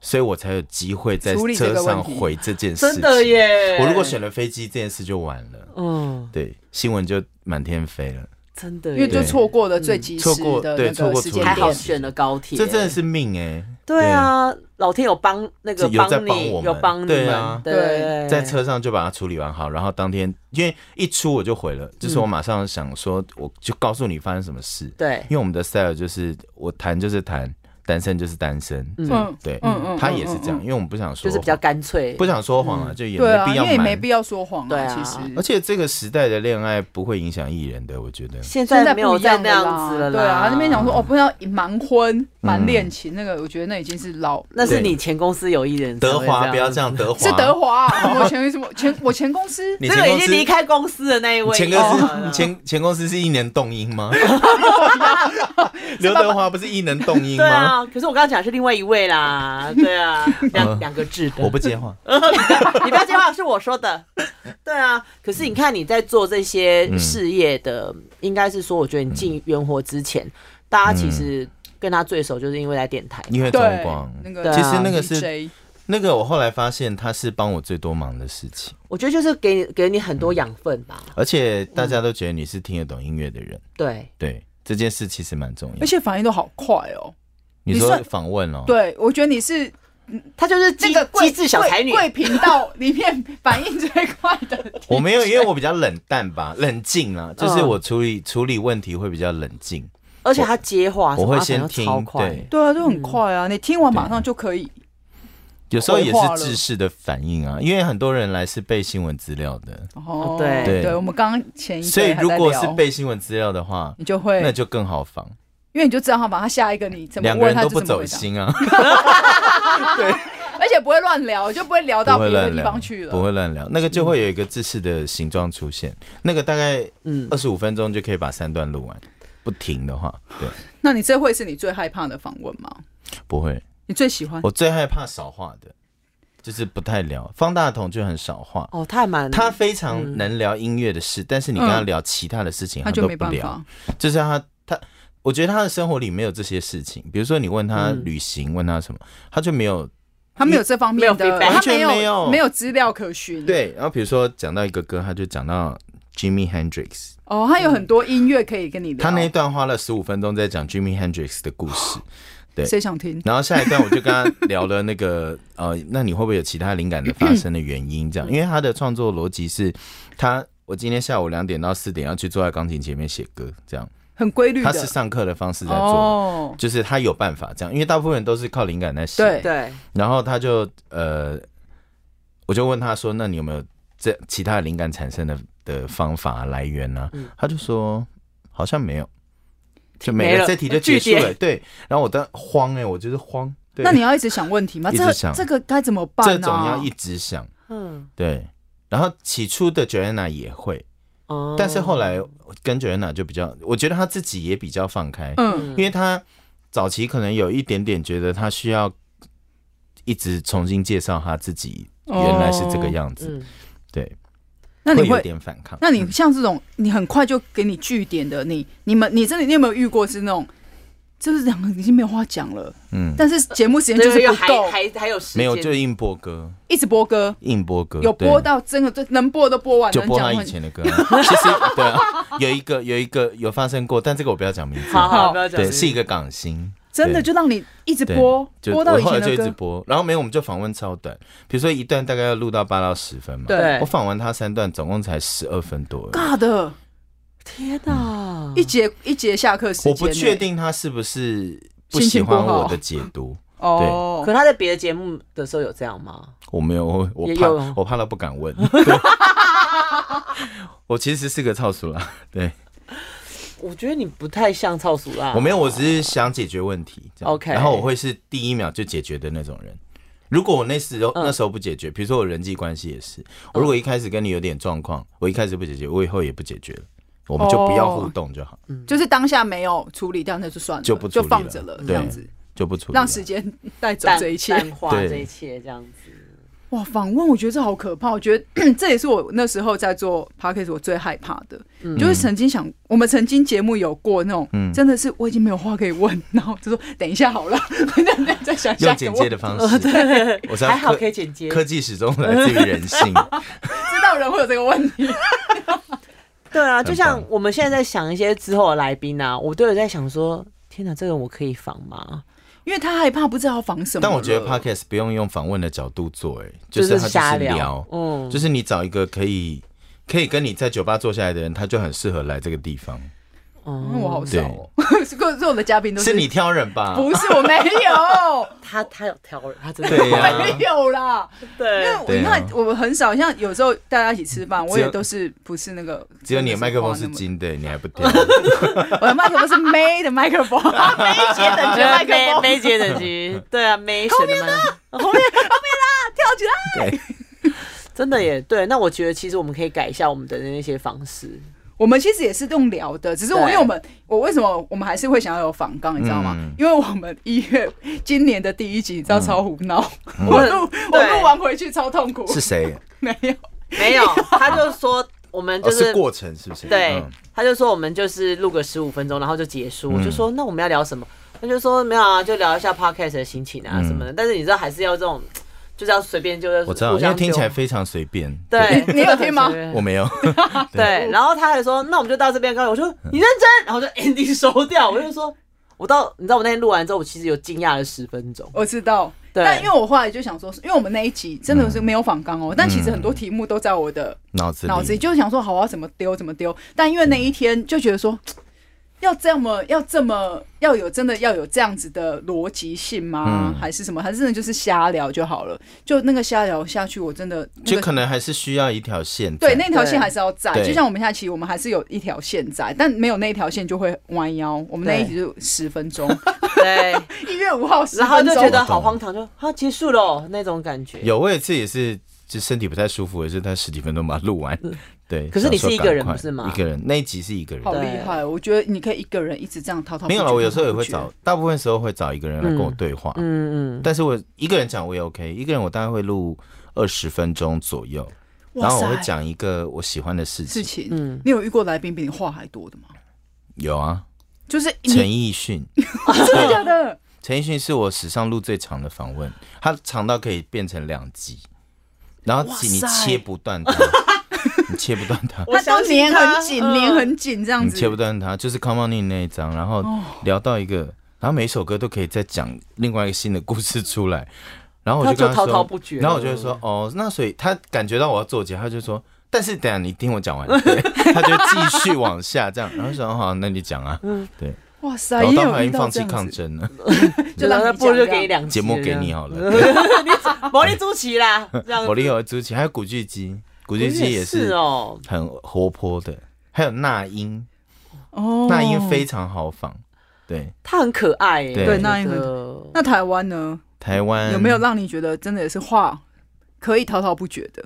S2: 所以我才有机会在
S1: 处理这
S2: 车
S1: 个问
S2: 上
S1: 题
S2: 回这件事。
S3: 真的！耶。
S2: 我如果选了飞机，这件事就完了。
S3: 嗯，
S2: 对，新闻就满天飞了。
S3: 真的
S1: 因为就
S2: 对
S1: 错过了最及时
S2: 错过
S1: 的
S2: 对
S1: 那
S2: 错
S1: 个
S2: 过
S1: 时
S2: 处
S1: 间
S2: 理
S3: 嗯还好
S1: 点。
S3: 选了高铁，
S2: 这真的是命哎、
S3: 对啊，老天有帮那个
S2: 是有在
S3: 帮
S2: 帮
S3: 你，
S2: 我们
S3: 有帮你
S2: 对
S3: 们
S2: 啊，
S1: 对
S2: 在车上就把它处理完好，然后当天因为一出我就回
S3: 嗯
S2: 了，就是我马上想说，我就告诉你发生什么事。
S3: 对
S2: 因为我们的 style 就是我谈就是谈，单身就是单身，
S1: 嗯
S2: 对，
S1: 嗯嗯
S2: 他也是这样，
S1: 嗯嗯
S2: 因为我们不想说，
S3: 就是比较干脆，
S2: 不想说谎了，就也
S1: 对
S2: 没
S1: 啊，
S2: 必
S1: 因
S2: 要
S1: 为也没
S2: 瞒。
S1: 必要说谎
S3: 对啊
S1: 其实
S2: 而且这个时代的恋爱不会影响艺人的，我觉得。
S3: 现
S1: 现在
S3: 没有
S1: 不一样
S3: 那
S1: 的啦
S3: 样子了啦，
S1: 对啊，他那边讲说哦，不要瞒
S2: 嗯
S1: 婚、瞒恋情，那个我觉得那已经是老
S3: 那是
S2: 对
S3: 你前公司有艺人
S2: 德华不要
S3: 这
S2: 这
S3: 样，
S2: 样，
S3: (laughs)
S2: 德华
S1: 是德华啊， (laughs) 我前什么前我前公
S2: (laughs)
S1: 司
S2: 你
S3: 这
S2: 前
S3: 个已
S2: 公
S3: 经
S2: 司
S3: 离开公司的那一
S2: 你
S3: 位，
S2: 前公司、
S3: 哦
S2: 前前公司是一年动音
S1: (laughs)
S2: 吗？刘德华不是一年动音
S3: 对
S2: 吗？嗯
S3: 啊，可是我刚刚讲的是另外一
S2: (laughs)
S3: 位啦，对啊，两两个字的，
S2: 我不接话，
S3: 你不要接话，是我说的。对啊，可是你看你在做这些事业的，应该是说，我觉得你
S2: 嗯
S3: 进元活之前，大家其实跟他最熟，就是因为在电台。
S2: 因为中
S1: 对
S2: 广
S1: 那个
S3: 对啊
S2: 其实那个是
S1: DJ
S2: 那个，我后来发现他是帮我最多忙的事情，
S3: 我觉得就是给你给你很多养分吧。
S1: 嗯
S2: 而且大家都觉得你是听得懂音乐的人，
S3: 对，
S2: 对这件事其实蛮重要
S1: 而。且反应都好快哦。
S2: 你
S1: 你
S2: 说
S1: 算
S2: 访问哦，
S1: 对，我觉得你是
S3: 他就是机
S1: 这个贵
S3: 机智小才女
S1: 贵。贵频道里面反应最快的
S3: (laughs)
S1: DJ。
S2: 我没有，因为我比较冷
S1: (laughs)
S2: 淡吧，冷静啊，
S1: 嗯
S2: 就是我处理处理问题会比先冷静，
S3: 而且他接话什么，
S2: 我会
S3: 他反应
S2: 先听
S3: 超快。
S2: 对
S1: 对啊，就很快啊，你听完马上就可以。
S2: 有时候也
S1: 回话了
S2: 是制式的反应啊，因为很多人来是背新闻资料的，
S1: 哦，
S3: 对
S2: 对
S1: 对，我们刚刚前一
S2: 所以
S1: 段还
S2: 如
S1: 在
S2: 果是
S1: 聊，
S2: 背新闻资料的话，
S1: 你就会
S2: 那，就更好防，
S1: 因为你就知道他把他下一个你怎么
S2: 两个
S1: 问
S2: 人
S1: 他
S2: 都
S1: 就
S2: 不
S1: 怎么
S2: 走
S1: 回答，
S2: 心啊，
S1: 而且不会乱聊，就不会聊
S2: 不
S1: 到
S2: 会
S1: 别的
S2: 乱
S1: 地
S2: 聊
S1: 方去，了。嗯
S2: 不会乱聊，那个就会有一个制式的形状出现，那个大概
S3: 嗯
S2: 二十五分钟就可以把三段录完，不停
S1: (sighs)
S2: 的话，对，
S1: 那你这会是你最害怕的访问吗？
S2: 不会。
S1: 你最喜欢？
S2: 我最害怕少话的，就是不太聊。方大同就很少话，
S3: 哦，他还
S1: 嗯
S3: 蛮
S2: 他非常能聊音乐的事，但是你跟他聊其他的事
S1: 嗯
S2: 情，
S1: 他就
S2: 都
S1: 没
S2: 不
S1: 办
S2: 聊
S1: 法。。
S2: 就是他他，我觉得他的生活里没有这些事情。比如说你问他
S3: 嗯
S2: 旅行，问他什么，他就没有
S1: 他没有这方
S3: 没有
S1: 面的，
S3: feedback
S1: 他
S2: 完全
S1: 没
S2: 没有
S1: 没有资料可循。，
S2: 对。然后比如说讲到一个歌，他就讲到 Jimmy Hendrix，
S1: 哦，他有很多音乐可以跟你聊。
S2: 他那一段花了十五分钟在讲 Jimmy Hendrix 的故事。对
S1: 谁想听？
S2: 然后下一段我就跟他聊了那个 (laughs) 呃，那你会不会有其他灵感的发生的原因？
S1: 嗯
S2: 这样，因为他的创作逻辑是，他我今天下午两点到四点要去坐在钢琴前面写歌，这样，
S1: 很规律
S2: 他
S1: 的。
S2: 是上课的方式在做的
S1: 哦，
S2: 就是他有办法这样，因为大部分人都是靠灵感在写。
S1: 对
S3: 对，
S2: 然后他就呃，我就问他说：“那你有没有这其他灵感产生的的方法来源呢、
S3: 嗯
S2: 他就说：“好像没有，就
S3: 没
S2: 没
S3: 了
S2: 这题就结
S3: 据
S1: (laughs)
S2: 束
S3: 点
S2: 了。”对，然后我当慌哎、我就是慌。对
S1: 那你要一直想问题吗？
S2: 一直
S1: 这
S2: 想
S1: 这个该怎么办啊
S2: 这
S1: 呢？
S2: 种要一直想，
S3: 嗯，
S2: 对。然后起初的 Joanna 也会，
S3: 哦
S2: 但是后来我跟 Joanna 就比较，我觉得她自己也比较放开，
S1: 嗯，
S2: 因为她早期可能有一点点觉得她需要一直重新介绍她自己原来是这
S1: 哦
S2: 个样子，
S3: 嗯，
S2: 对，
S1: 那你
S2: 有
S1: 会？
S2: 点反抗。
S1: 那你像这种，你很快就给你据点的，你你们你真的你有没有遇过是那种，就是两个已经没有话讲了，
S2: 嗯，
S1: 但是节目时间
S3: 这
S1: 就
S3: 个
S1: 是
S3: 又
S1: 不
S3: 还
S1: 够，
S3: 还还有时间，
S2: 没有就硬播歌，
S1: 一直播歌，
S2: 硬播歌
S1: 有
S2: 对
S1: 播到真的就能播都播完，
S2: 就
S1: 能
S2: 播
S1: 讲
S2: 他
S1: 话
S2: 以前的歌啊，其实对啊，有一个有一个有发生过，但这个我不要讲名字，
S3: 好好不要讲，
S2: 对，是一个港星，
S1: 真的
S2: 对
S1: 就让你一直
S2: 对
S1: 播
S2: 就
S1: 播到
S2: 我
S1: 以
S2: 后
S1: 前
S2: 来就
S1: 的
S2: 一直
S1: 歌，
S2: 播，然后没有我们就访问超短，比如说一段大概要录到八到十分嘛，
S3: 对
S2: 我访完他三段，总共才十二分多而已。
S1: 尬的，
S3: 天哪，
S1: 一节一节下课时间，
S2: 我不确，定他是不是不
S1: 心
S2: 喜
S1: 情不
S2: 欢
S1: 好
S2: 我的解读，
S1: 哦
S3: 可，他在别的节目的时候有这样吗？
S2: 我没有，我我
S3: 也
S2: 怕
S3: 有
S2: 我怕他不敢问。对 (laughs) 我其实是个操俗啦，对
S3: 我觉得你不太像超熟
S1: 啊
S3: 啦。
S2: 我没有，我只是想解决问题。这样
S3: OK
S2: 然后我会是第一秒就解决的那种人。如果我那时候、
S3: 嗯
S2: 那时候不解决，比如说我人际关系也是，
S1: 嗯
S2: 我如果一开始跟你有点状况，我一开始不解决，我以后也不解决了，我们就不要
S1: 哦
S2: 互动就好，
S1: 就是当下没有处理掉，那就算了，
S2: 就不处
S1: 就
S2: 理
S1: 放着了，这
S2: 对
S1: 样子，
S2: 就不处理了。
S1: 让时间带走
S3: 淡
S1: 这一切。
S3: 淡化
S2: 对
S3: 这一切这样子。
S1: 哇，访问我觉得这好可怕，我觉得 (clears throat) 这也是我那时候在做 podcast 我最害怕的，
S2: 嗯
S1: 就是曾经想，我们曾经节目有过那种，真的是我已经没有话可以问，然后就说等一下好了， (laughs) 再想下
S2: 用
S1: 一个
S2: 简
S1: 问
S2: 介
S1: 题
S2: 的，方式，我知道
S3: 还好
S2: 科
S3: 可以剪接
S2: 科技始终来自于人性。
S1: 知道人会有这个问题，
S3: 对啊，就像
S2: 棒
S3: 我们现在在想一些之后的来宾啊，我都有在想说，天哪，这个我可以仿吗？
S1: 因为他害怕不知道防什么了。
S2: 但我觉得 podcast 不用用访问的角度做、哎，
S3: 就
S2: 就是他就
S3: 瞎
S2: 是聊，
S3: 嗯，
S2: 就是你找一个可以可以跟你在酒吧坐下来的人，他就很适合来这个地方。
S1: 因为我好
S3: 哦，
S1: 少哦， (laughs) 各各我的嘉宾都
S2: 是你啊挑人吧？
S1: 不是我没有，
S3: 他他有挑人，他真
S2: (laughs)
S3: 的
S2: 对呀、
S1: (laughs) 没有啦。因为
S3: 对，
S1: 我
S2: 对
S1: 你
S2: 啊
S1: 看，我很少像有时候大家一起吃饭，我
S2: 只有
S1: 也都是不是那个，
S2: 啊只有你的麦克风
S1: 不
S2: 是
S1: 那么，
S2: 金的，你还不挑。
S3: (laughs)
S1: 我的麦克风是 May 的麦克风，
S3: 啊
S1: 梅姐 (laughs) 等级麦克
S3: 梅
S1: 风，
S3: 梅姐
S2: (laughs)
S3: 等级，对啊，梅神的吗？
S1: 跳起
S3: (laughs)
S1: 来。
S2: 对，
S3: 真的耶，对。那我觉得其实我们可以改一下我们的那些方式，
S1: 我们其实也是用聊的，只是我
S3: 对
S1: 因为我们我为什么我们还是会想要有访纲，你知道吗？
S2: 嗯
S1: 因为我们一月今年的第一集，你知道超胡闹，
S3: (laughs)
S1: 我
S3: 嗯
S1: 录我
S3: 对
S1: 录完回去超痛苦，
S2: 是谁？
S1: 没有。
S3: 没有，他就说我们
S2: 哦，
S3: 就是是
S2: 过程是不是？
S3: 对
S2: 嗯，
S3: 他就说我们就是录个十五分钟，然后就结束。
S2: 嗯
S3: 我就说那我们要聊什么？他就说没有啊，就聊一下 podcast 的心情啊
S2: 嗯
S3: 什么的。但是你知道还是要这种，就是要随便就是
S2: 我知道，
S3: 互
S2: 因
S3: 相
S2: 为听起来
S3: 丢
S2: 非常随便。
S3: 对，
S1: 你你有听吗
S3: 真的很
S2: 我
S3: 随便 (laughs)
S2: 没有。
S3: 对，然后他还说那我们就到这边告一段落。我说
S2: 嗯
S3: 你认真，然后就 ending 收掉。我就说我到你知道我那天录完之后，我其实有惊讶了十分钟。
S1: 我知道，
S3: 对嗯
S1: 但因为我后来就想说，因为我们那一集真的是没有仿纲哦，但其实很多题目都在我的
S2: 脑子
S1: 脑子里，
S2: 里
S1: 就是想说好啊，怎么丢怎么丢，但因为那一天就觉得说。要这么要这么要有真的要有这样子的逻辑性吗？
S2: 嗯
S1: 还是什么？还是真的就是瞎聊就好了？就那个瞎聊下去，我真的那
S2: 就
S1: 个
S2: 可能还是需要一条线在。
S1: 对那条线还是要在。
S2: 对
S1: 就像我们下期我们还是有一条线在，但没有那一条线就会弯腰。我们那
S3: 对
S1: 一集就十分
S2: (laughs)
S1: 钟，
S3: 对，
S1: 一月五号十
S3: 然后
S1: 分
S3: 就
S1: 钟，
S3: 觉得
S2: 我懂
S3: 好荒唐，就啊结束了哦那种感觉。
S2: 有，我有一次也是，就身体不太舒服，也是他十几分钟把它录完。对，
S3: 可是你是
S2: 想说
S3: 一个人
S2: 赶快
S3: 不是吗
S2: 一个人，那一集是一个人。
S1: 好厉
S3: 对
S1: 害！我觉得你可以一个人一直这样滔滔不
S2: 没
S1: 绝。
S2: 有啊了，我有时候也
S1: 滔滔
S2: 会
S1: 不绝
S2: 找，大部分时候会找一个人来跟我对话。
S3: 嗯嗯，
S2: 但是我一个人讲我也 OK，一个人我大概会录二十分钟左右，
S1: 哇
S2: 然后我会
S1: 塞
S2: 讲一个我喜欢的事
S1: 事
S2: 情。
S1: 情。你有遇过来宾比你话还多的吗？
S2: 有啊，
S1: 就是你
S2: 陈奕迅，
S1: 真的假
S3: (laughs)
S1: 的？
S2: 陈奕迅是我史上录最长的访问，他长到可以变成两集，然后
S1: 哇塞
S2: 你切不断它，你切不断它。
S1: 他都粘很紧，
S3: 嗯
S1: 粘很紧这样
S2: 你
S1: 子
S2: 嗯切。不断它，就是《Come On In》那一张，然后聊到一个，然后每一首歌都可以再讲另外一个新的故事出来，然后我
S3: 他
S2: 就跟
S3: 就
S2: 说，
S3: 滔滔不绝
S2: 然后我就会说，哦，那所以他感觉到我要做结，他就说，但是等一下你听我讲完，对 (laughs) 他就继续往下这样，然后说，哦好，那你讲啊，对，
S1: 哇塞，
S2: 然后
S1: 也
S2: 到
S1: 有
S2: 后来已
S1: 遇
S2: 经
S1: 到
S2: 放
S1: 这
S2: 弃抗
S1: 样子，
S2: 争了，
S1: 就让
S3: 然
S1: 你
S3: 后
S1: 讲
S3: 不如
S1: 这
S3: 就
S1: 样
S3: 给你两集啊
S2: 节目给你好哦了，对
S3: 魔力朱奇啦，这样子
S2: 我里有朱奇，还有古巨基，古
S3: 我
S2: 巨基
S3: 也
S2: 也
S3: 是
S2: 是
S3: 哦，
S2: 很活泼的，还有那英，
S1: 哦
S2: 那英非常豪放，对，
S3: 他很可爱耶，
S2: 对
S1: 对那也很
S3: 个
S1: 那台湾呢？
S2: 台湾
S1: 有没有让你觉得真的也是话可以滔滔不绝的？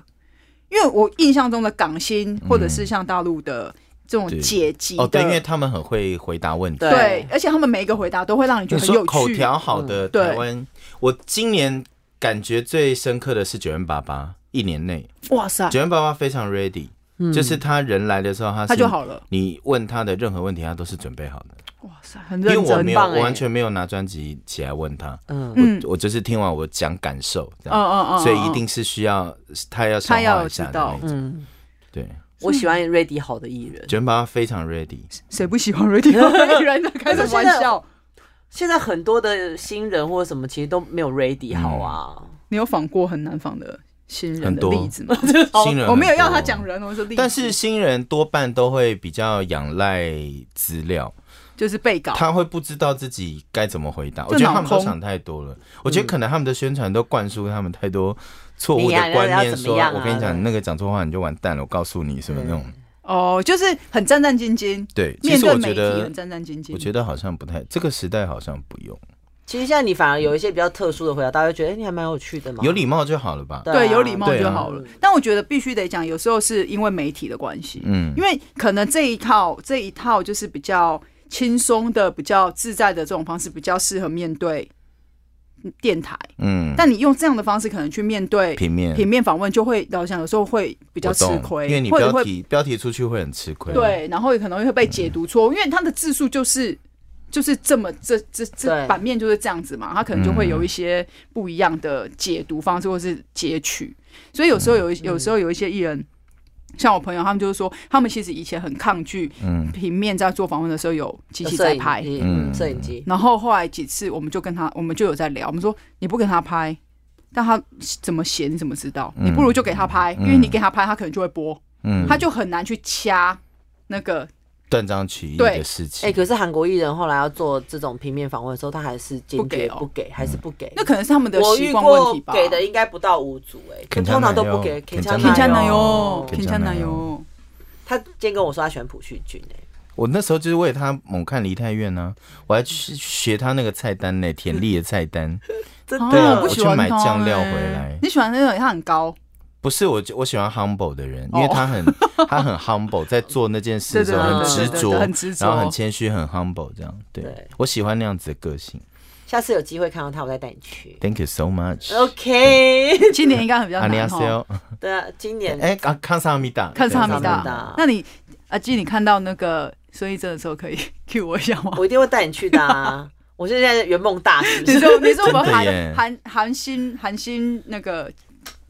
S1: 因为我印象中的港星，或者是像大陆的这种
S2: 对
S1: 解集
S2: 哦，对，因为
S1: 的，
S2: 他们很会回答问题。
S1: 对，而且他们每一个回答都会让你觉
S2: 你
S1: 得很有
S2: 说口
S1: 趣。嗯
S2: 条好的
S1: 对
S2: 台湾，我今年感觉最深刻的是九元爸爸，一年内
S1: 哇塞，
S2: 九元爸爸非常 ready，就是
S3: 嗯
S2: 他人来的时候，他是
S1: 嗯他就好了。
S2: 你问他的任何问题，他都是准备好的，
S1: 哇塞，很
S2: 因为
S1: 认
S2: 我
S1: 真
S2: 没有，
S3: 棒欸
S2: 我完全没有拿专辑起来问他，
S3: 嗯
S1: 嗯
S2: 我就是听完我讲感受，这
S1: 嗯
S2: 样，
S1: 嗯嗯，
S2: 所以一
S1: 嗯
S2: 定是需要他要消
S1: 他要
S2: 化一下的
S1: 知道
S2: 那种。
S3: 嗯，
S2: 对，
S3: 我喜欢瑞迪好的艺人，
S2: 九元爸爸非常 ready，
S1: (laughs) 谁不喜欢 radio
S3: (laughs)
S1: 黑人的开什么玩笑？
S3: 现在很多的新人或者什么其实都没有瑞迪好
S2: 嗯
S3: 啊，
S1: 你有访过很难访的新人的例子吗？
S2: (laughs) 新人
S1: 我没有要他
S2: 很多
S1: 讲人，我说例子，
S2: 但是新人多半都会比较仰赖资料，
S1: 就是被告。
S2: 他会不知道自己该怎么回答。我
S1: 就
S2: 觉得
S1: 脑
S2: 他们都
S1: 空嗯
S2: 想太多了。我觉得可能他们的宣传都灌输他们太多错误
S3: 你呀
S2: 的观
S3: 要
S2: 念，
S3: 怎么
S2: 说
S3: 样啊
S2: 我跟你讲，你那个讲错话你就完蛋了。我告诉你什么那种。
S1: 哦，就是很战战兢兢，
S2: 对，其
S1: 面
S2: 实
S1: 对
S2: 我
S1: 媒体
S2: 觉得
S1: 很，战战兢兢。
S2: 我觉得好像不太，这个时代好像不用
S3: 其实现在你反而有一些比较特殊的回答，大家会觉得哎你还蛮有趣的嘛，
S2: 有礼貌就好了吧？
S3: 对啊
S1: 对有礼貌
S2: 对啊
S1: 就好了。但我觉得必须得讲，有时候是因为媒体的关系，
S2: 嗯
S1: 因，为可能这一套这一套就是比较轻松的、比较自在的这种方式，比较适合面对电台。
S2: 嗯，
S1: 但你用这样的方式，可能去面对
S2: 平面
S1: 平面访问就会老想有时候会比较
S2: 我
S1: 吃
S2: 懂
S1: 亏，
S2: 因为你
S1: 或者
S2: 标
S1: 会
S2: 题标题出去会很吃亏。，
S1: 对，然后也可能会被解读错，因为它的字数就是就是这么这这这
S3: 对
S1: 版面就是这样子嘛，它可能就会有一些不
S2: 嗯
S1: 一样的解读方式或是截取，所以有时候有一有时候有一些艺人。像我朋友他们就是说，他们其实以前很抗拒
S2: 嗯
S1: 平面在做访问的时候有机
S3: 有
S1: 器
S3: 摄
S1: 在
S3: 影
S1: 拍，
S3: 机
S2: 嗯
S3: 嗯，摄影机，
S1: 然后后来几次我们就跟他，我们就有在聊，我们说你不跟他拍，但他怎么写你怎么知道？
S2: 嗯
S1: 你不如就给他拍，
S2: 嗯
S1: 因为你给他拍，他可能就会播，
S2: 嗯，
S1: 他就很难去掐那个
S2: 断章取义
S1: 对
S2: 的事情。
S3: 哎、可是韩国艺人后来要做这种平面访问的时候，他还是坚
S1: 不给
S3: 决
S1: 哦
S3: 不给，还是不给。
S1: 那可能是他们的
S3: 我
S1: 习
S3: 遇
S1: 惯问
S3: 过
S1: 题吧。啊
S3: 给的应该不到五组、哎，就
S2: 괜찮아요
S3: 通常都不给。
S2: 괜찮아
S1: 添
S2: 요
S3: 괜찮아요
S1: 加男友，
S2: 哦괜찮아요
S1: 添加男友，
S3: 他今天跟我说他喜欢朴叙俊、哎，
S2: 我那时候就是为了他猛看梨泰院呢、我还去学他那个菜单呢、田丽的菜单。 (laughs)
S3: 真
S1: 啊
S2: 对啊
S3: 的，
S1: 我不喜欢
S2: 我去买
S1: 他欸
S2: 酱料回来
S1: 你喜欢那种他很
S3: (laughs)
S1: 高，
S2: 不是我，我喜欢 humble 的人，
S1: 哦
S2: 因为他
S1: (laughs)
S2: 很、他很 humble，在做那件事
S1: 对
S2: 的时
S1: 对
S2: 候
S1: 对
S2: 很
S1: 对
S2: 执
S1: 对对
S2: 着，
S1: 对很执
S2: 然后很
S1: 着。
S2: 谦虚，很 humble 这样。对
S3: 对
S2: 我喜欢那样子的个性。
S3: 下次有机会看到他，我再带你去。
S2: Thank you so much。
S3: OK， (laughs)
S1: 今年应该很比哦较
S2: 안녕
S1: 难
S2: 하세요
S1: 哦。
S3: 对啊，今年
S2: 哎，啊，康萨阿米达，
S1: 看萨米
S3: 看萨米
S1: 达
S3: 达，
S1: 那你阿基，你看到那个孙艺珍的时候，可以 (laughs) cue 我一下吗？
S2: 哦
S3: 我一定会带你去
S2: (laughs)
S3: 的啊！我现在圆梦大师，
S1: 你说你说我们
S2: 真的耶
S1: 韩韩韩星韩星那个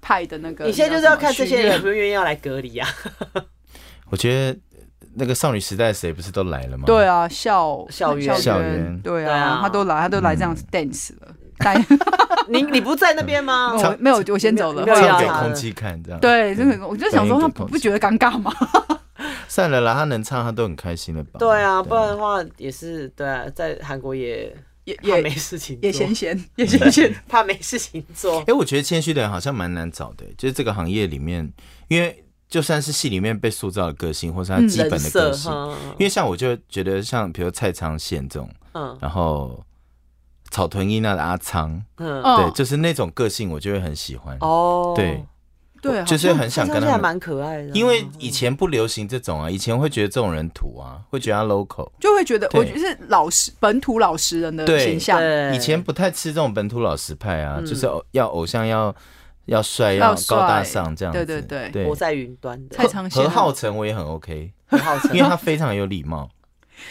S1: 派的那个，
S3: 你
S2: 啊
S3: 现在就是要看这些人
S1: 你知
S3: 有
S1: 道什么
S3: 没有愿意要来隔离啊？ (laughs)
S2: 我觉得那个少女时代谁不是都来了
S1: 训练
S2: 吗？
S1: 对啊，校
S3: 校园
S2: 校
S1: 园
S2: 园嗯
S1: 对
S3: 对啊
S1: 啊，他都来他都来这样子 dance 了，但
S3: (laughs) 你你不在那
S2: (laughs)
S3: 边吗？
S1: 我没有我先走了
S3: 你没。有
S2: 唱
S3: 要
S2: 给
S3: 他
S2: 空
S3: 了
S2: 气看这样。，
S1: 啊对，真的，我就想说，他不
S2: 对
S1: 不觉得尴尬吗？
S2: 算了啦，他能唱，他都很开心了吧？
S3: 对啊，不
S1: (laughs)
S3: 然的话也是对啊，在韩国也
S1: 也
S3: 怕没
S1: 也
S3: 事情做，
S1: 也闲闲，也闲闲。
S3: 怕没事情做
S2: 哎、。我觉得谦虚的人好像蛮难找的、就是这个行业里面，因为就算是戏里面被塑造的个性，或是他基本
S3: 人
S2: 的
S1: 嗯
S3: 设
S2: 个性，
S3: 哈，
S2: 因为像我就觉得像比如蔡昌宪这种，
S3: 嗯
S2: 然后草屯一娜的阿昌，
S3: 嗯
S1: 嗯
S2: 对，就是那种个性，我就会很喜欢。
S3: 哦，
S2: 哦对，
S1: 对，啊好
S2: 就是
S1: 像
S2: 很想
S3: 看
S2: 跟
S3: 上去
S2: 他
S3: 还
S2: 们，
S3: 蛮可爱的啊，
S2: 因为以前不流行这种啊，以前会觉得这种人土啊，会觉得他 local。
S1: 就会觉得，
S2: 对
S1: 我觉得是老实本土老实人的
S2: 对
S1: 形象，
S3: 对
S2: 以前不太吃这种本土老实派啊，
S3: 嗯
S2: 就是偶要偶像要要帅
S1: 要
S2: 要
S1: 帅
S2: 高大上这样子。
S1: 对对对
S3: 我在云端的
S1: 蔡昌宪
S2: 何
S1: 啊
S2: 浩晨我也很 OK，
S3: 何浩 (laughs)
S2: 因为
S3: 晨，
S2: 他非常有礼貌。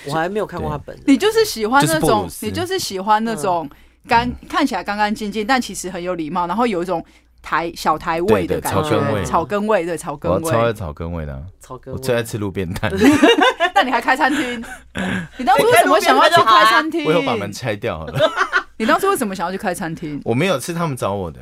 S3: 我还没有看过他本人。
S1: 你就是喜欢那
S2: 就是布
S1: 种
S2: 鲁，斯嗯
S1: 你就是喜欢那种干看起来干干净净，但其实很有礼貌，然后有一种台小台味的
S2: 对对
S1: 感
S2: 草
S3: 根
S1: 觉，
S3: 味
S1: 草根味对草
S2: 我
S1: 根
S2: 超爱
S1: 味。
S2: 草根味的啊，
S3: 草根，
S2: 我最爱吃路边摊，
S1: 那你还开餐
S2: (laughs)
S1: 厅？你当初为什么想要去开餐厅？
S2: 啊我有把门拆掉好
S3: (laughs)
S2: 了。
S1: 你当初为什么想要去开餐
S2: (laughs)
S1: 厅？
S2: 我没有吃他们找我的，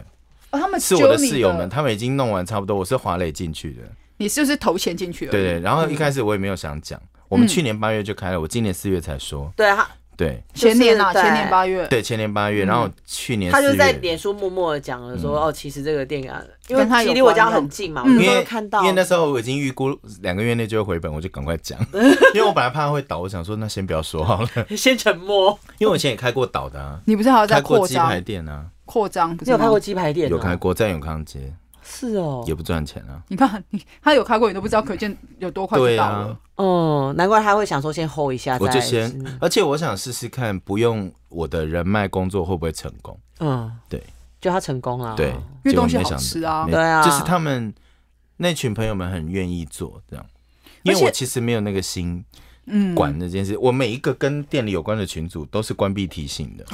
S1: 哦，他们
S2: 是我的
S1: 揪你
S2: 室友们，，他们已经弄完差不多，我是华磊进去的。
S1: 你是不是投钱进去了？
S2: 对对，然后
S3: 嗯
S2: 一开始我也没有想讲，我们去年八月就开了，我今年四月才说。
S3: 对他，
S2: 对
S1: 前年啊，
S3: 就是在
S1: 前年八月，
S2: 对，前年八月，然后去年
S3: 嗯他就
S2: 四
S3: 是在
S2: 月。
S3: 脸书默默的讲了说，哦，其实这个电影啊，因
S1: 跟他
S3: 为
S1: 有
S3: 其实离我家
S1: 关哦
S3: 很近嘛，我
S1: 嗯
S2: 嗯因
S3: 就
S2: 为
S3: 会看到
S2: 因为。那时候我已经预估两个月内就会回本，我就赶快讲，
S3: (laughs)
S2: 因为我本来怕他会倒，我想说那先不要说好了，
S3: 先
S2: (laughs)
S3: 沉默。
S2: 因为我以前也开过倒的、啊，
S1: 你不是还要
S2: 开
S1: 在
S2: 过
S1: 扩
S2: 鸡排
S1: 张？
S2: 店啊，
S1: 扩张不
S3: 你
S1: 是
S3: 有开
S1: 吗
S3: 过？鸡排店？哦
S2: 有开。过，在永康街
S3: 是哦
S2: 也。不赚钱啊，
S1: 你看 (laughs) 你他有开过，你都不知道，可见有多快
S2: 对
S1: 就到
S2: 啊
S1: 了。，
S3: 哦，难怪他会想说先 hold 一下，
S2: 我
S3: 再
S2: 就先
S3: 嗯，
S2: 而且我想试试看，不用我的人脉工作会不会成功？
S3: 嗯，
S2: 对，
S3: 就他成功了。
S2: 对，
S1: 因为
S2: 结果
S1: 东西
S2: 没
S1: 好
S2: 想到
S1: 吃啊
S2: 没
S3: 啊对啊
S2: 就是他们那群朋友们很愿意做这样，因
S1: 而
S2: 为
S1: 且
S2: 我其实没有那个心
S1: 嗯，
S2: 管那件事，我每一个跟店里有关的群组都是关闭提醒的，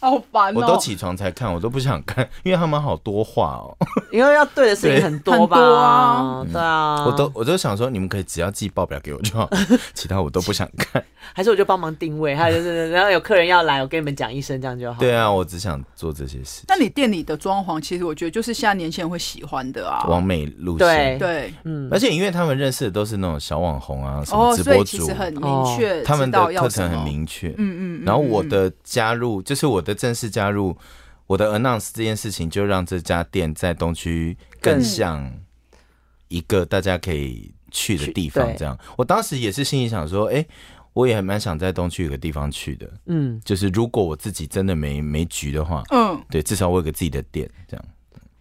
S1: 好烦哦。
S2: 我都起床才看，我都不想看，因为他们好多话哦，
S3: 因为要对的事情很多
S1: (laughs)
S3: 吧？
S1: 对很多 (laughs) 啊
S3: 对啊，
S2: 嗯我都我都想说，你们可以只要寄报表给我就好，其他我都不想
S1: (laughs)
S2: 看。
S3: 还是我就帮忙定位，还有就是，然后有客人要来，我跟你们讲一声，这样就好。
S2: 对啊，我只想做这些事，
S1: 那你店里的装潢，其实我觉得就是现在年轻人会喜欢的啊。
S2: 完美路线
S3: 对。
S1: 对，
S3: 嗯，
S2: 而且因为他们认识的都是那种小网红啊，什么
S1: 哦，
S2: 直
S1: 所以
S2: 播
S1: 其
S2: 主
S1: 实，很明确、
S2: 他们
S1: 知道
S2: 的
S1: 要
S2: 课
S1: 什
S2: 程很
S1: 么。
S2: 明确。
S1: 嗯嗯嗯。
S2: 然后我
S1: 嗯
S2: 的加入，就是我的正式加入，我的 announce 这件事情，就让这家店在东区更
S3: 更
S2: 像一个大家可以去的
S3: 去
S2: 地方。
S3: 对
S2: 这样，我当时也是心里想说，哎、我也很蛮想在东区有个地方去的，
S1: (laughs)
S3: 嗯，
S2: 就是如果我自己真的没没局的话，
S1: 嗯，
S2: 对，至少我有个自己的店，这样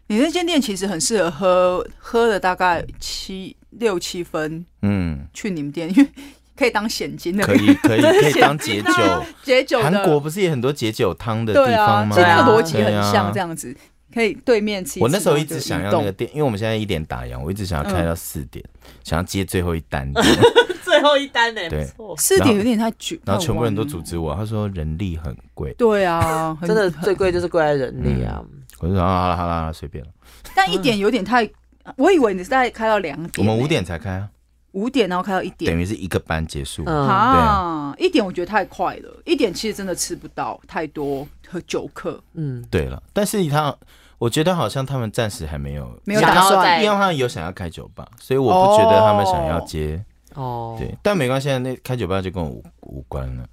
S1: 你那间店其实很适合喝喝了大概七六七分 (laughs)
S2: 嗯，
S1: 去你们店，因为可以当现金的，
S2: 可以可以可以
S1: (laughs)
S2: 当解
S1: 解
S2: 酒。
S1: 啊解酒的。
S2: 韩国不是也很多解酒汤的
S1: 对
S2: 地
S1: 啊，
S2: 方吗？
S1: 所以那个逻辑
S2: 对
S1: 很
S2: 啊
S1: 像这样子，可以对面吃。
S2: 我那时候
S1: 然
S2: 一
S1: 后就
S2: 直想
S1: 移
S2: 要
S1: 动嗯
S2: 那个店，因为我们现在一点打烊，我一直想要开到四点，想要接最后一单，
S1: (laughs)
S3: 最后一单呢，
S2: 对
S3: 不 (laughs) 错，
S1: 四点有点太久，
S2: 然后全部人都
S1: 太晚
S2: 阻
S1: 了。
S2: 止我，他说人力很贵，
S1: 对啊，很
S3: 真的最贵就是贵在人力啊。
S2: 我就说啊好了好了好了，随便了，
S1: 但一点有点太我以为你是大概开到两点、欸
S2: 我们五点才开啊，
S1: 五点，然后开到一点
S2: 等。于是一个班结束。
S3: 嗯
S1: 啊，一点我觉得太快了，一点其实真的吃不到太多和酒客，
S3: 嗯，
S2: 对了，但是他我觉得好像他们暂时还没有
S1: 没有
S3: 想
S1: 打
S3: 要
S1: 算
S3: 在
S2: 因为他们有想要开酒吧，所以我不觉得他们想要接。
S3: 哦，
S2: 对，但没关系，啊那开酒吧就跟我无无关了。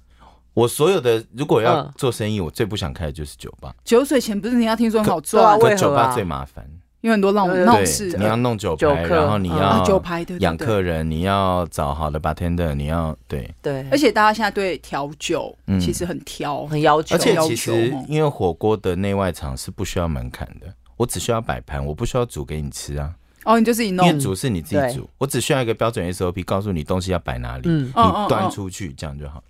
S2: 我所有的如果要
S3: 嗯
S2: 做生意，我最不想开的就是酒吧，
S1: 酒水钱不是人家听说很好
S3: 对啊
S1: 赚，
S3: 为何
S2: 可酒吧最麻烦。
S1: 有很多闹
S3: 对
S1: 闹
S2: 对
S1: 事，，
S2: 你要弄酒
S3: 酒
S2: 牌，
S3: 客
S2: 然后你
S1: 啊
S2: 要
S1: 酒牌对对
S2: 养
S1: 对
S2: 客人，你要找好的 bartender，你要对。
S3: 对，
S1: 而且大家现在对调酒
S2: 嗯
S1: 其实很挑，
S3: 很要求，
S2: 而且
S1: 要
S2: 其
S1: 求
S2: 实
S1: 哦
S2: 因为火锅的内外场是不需要门槛的，我只需要摆盘，我不需要煮给你吃啊，
S1: 哦，你就自己
S2: 因
S1: 弄
S2: 为，煮是你自己
S3: 对
S2: 煮，我只需要一个标准 SOP，告诉你东西要摆哪里，
S3: 嗯
S1: 嗯嗯
S2: 你端出去这样就好。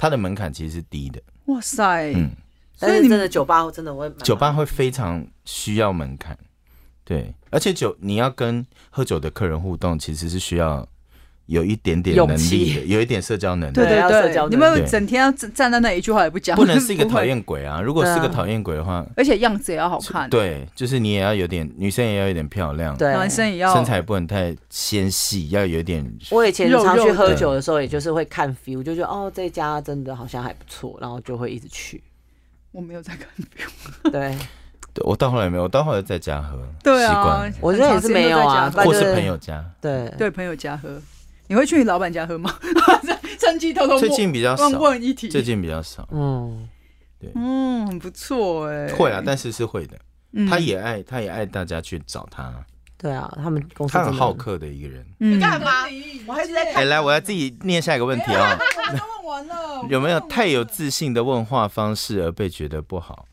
S2: 它的门槛其实是低的，
S1: 哇塞，
S2: 嗯，
S1: 所
S3: 但
S1: 以
S3: 是
S1: 你们
S3: 真的酒吧真的我也
S1: 嗯
S3: 蛮
S2: 酒吧会非常需要门槛，对，而且酒你要跟喝酒的客人互动，其实是需要有一点点能
S3: 勇
S2: 力
S3: 气
S2: 的，有一点社交能力
S1: 对
S2: 的，
S3: 对要社
S1: 对
S3: 交
S1: 对，
S3: 的
S1: 你们
S2: 对
S1: 整天要站站在那里一句话也不讲，
S2: (laughs) 不能是一个讨
S1: 会，
S2: 厌
S1: (laughs)
S2: 鬼啊！如果是个
S3: 对啊
S2: 讨厌鬼的话，
S1: 而且样子也要好看，，
S2: 对，就是你也要有点，女生也要有点漂亮，
S3: 对
S1: 男生也要
S2: 身材不能太纤细，要有点
S3: 我以前
S1: 肉
S3: 常去
S1: 肉
S3: 喝
S2: 的
S3: 酒的时候，也就是会看 feel，就觉得哦这家真的好像还不错，然后就会一直
S1: (laughs)
S3: 去。
S1: 我没有在看，
S3: 对，
S2: 对我到后来没有，我到后来在家喝，
S1: 对
S2: 习惯
S1: 啊
S2: 了，
S3: 我觉得也是没有啊
S1: 很
S3: 反
S1: 长时间都在家喝
S2: 或
S3: 正
S2: 是朋友家。
S3: 对，
S1: 对朋友家喝，你会去你老板家喝吗？ (laughs) 趁机偷偷
S2: 最
S1: 问
S2: 近比较少
S1: 问，问一题，
S2: 最近比较少，
S3: 嗯，
S1: 嗯，很不错哎，
S2: 会啊，但是是会的。
S1: 嗯
S2: 他也爱，他也爱大家去找他，
S3: 对啊，他们公司
S2: 他
S3: 真
S2: 很
S3: 的
S2: 好客的一个人。
S1: 嗯
S3: 干嘛？我还是在
S2: (laughs) 哎，来，我要自己念下一个问题
S1: (laughs)
S2: 啊，
S1: 问完了
S2: 有没有太有自信的问话方式而被觉得不好？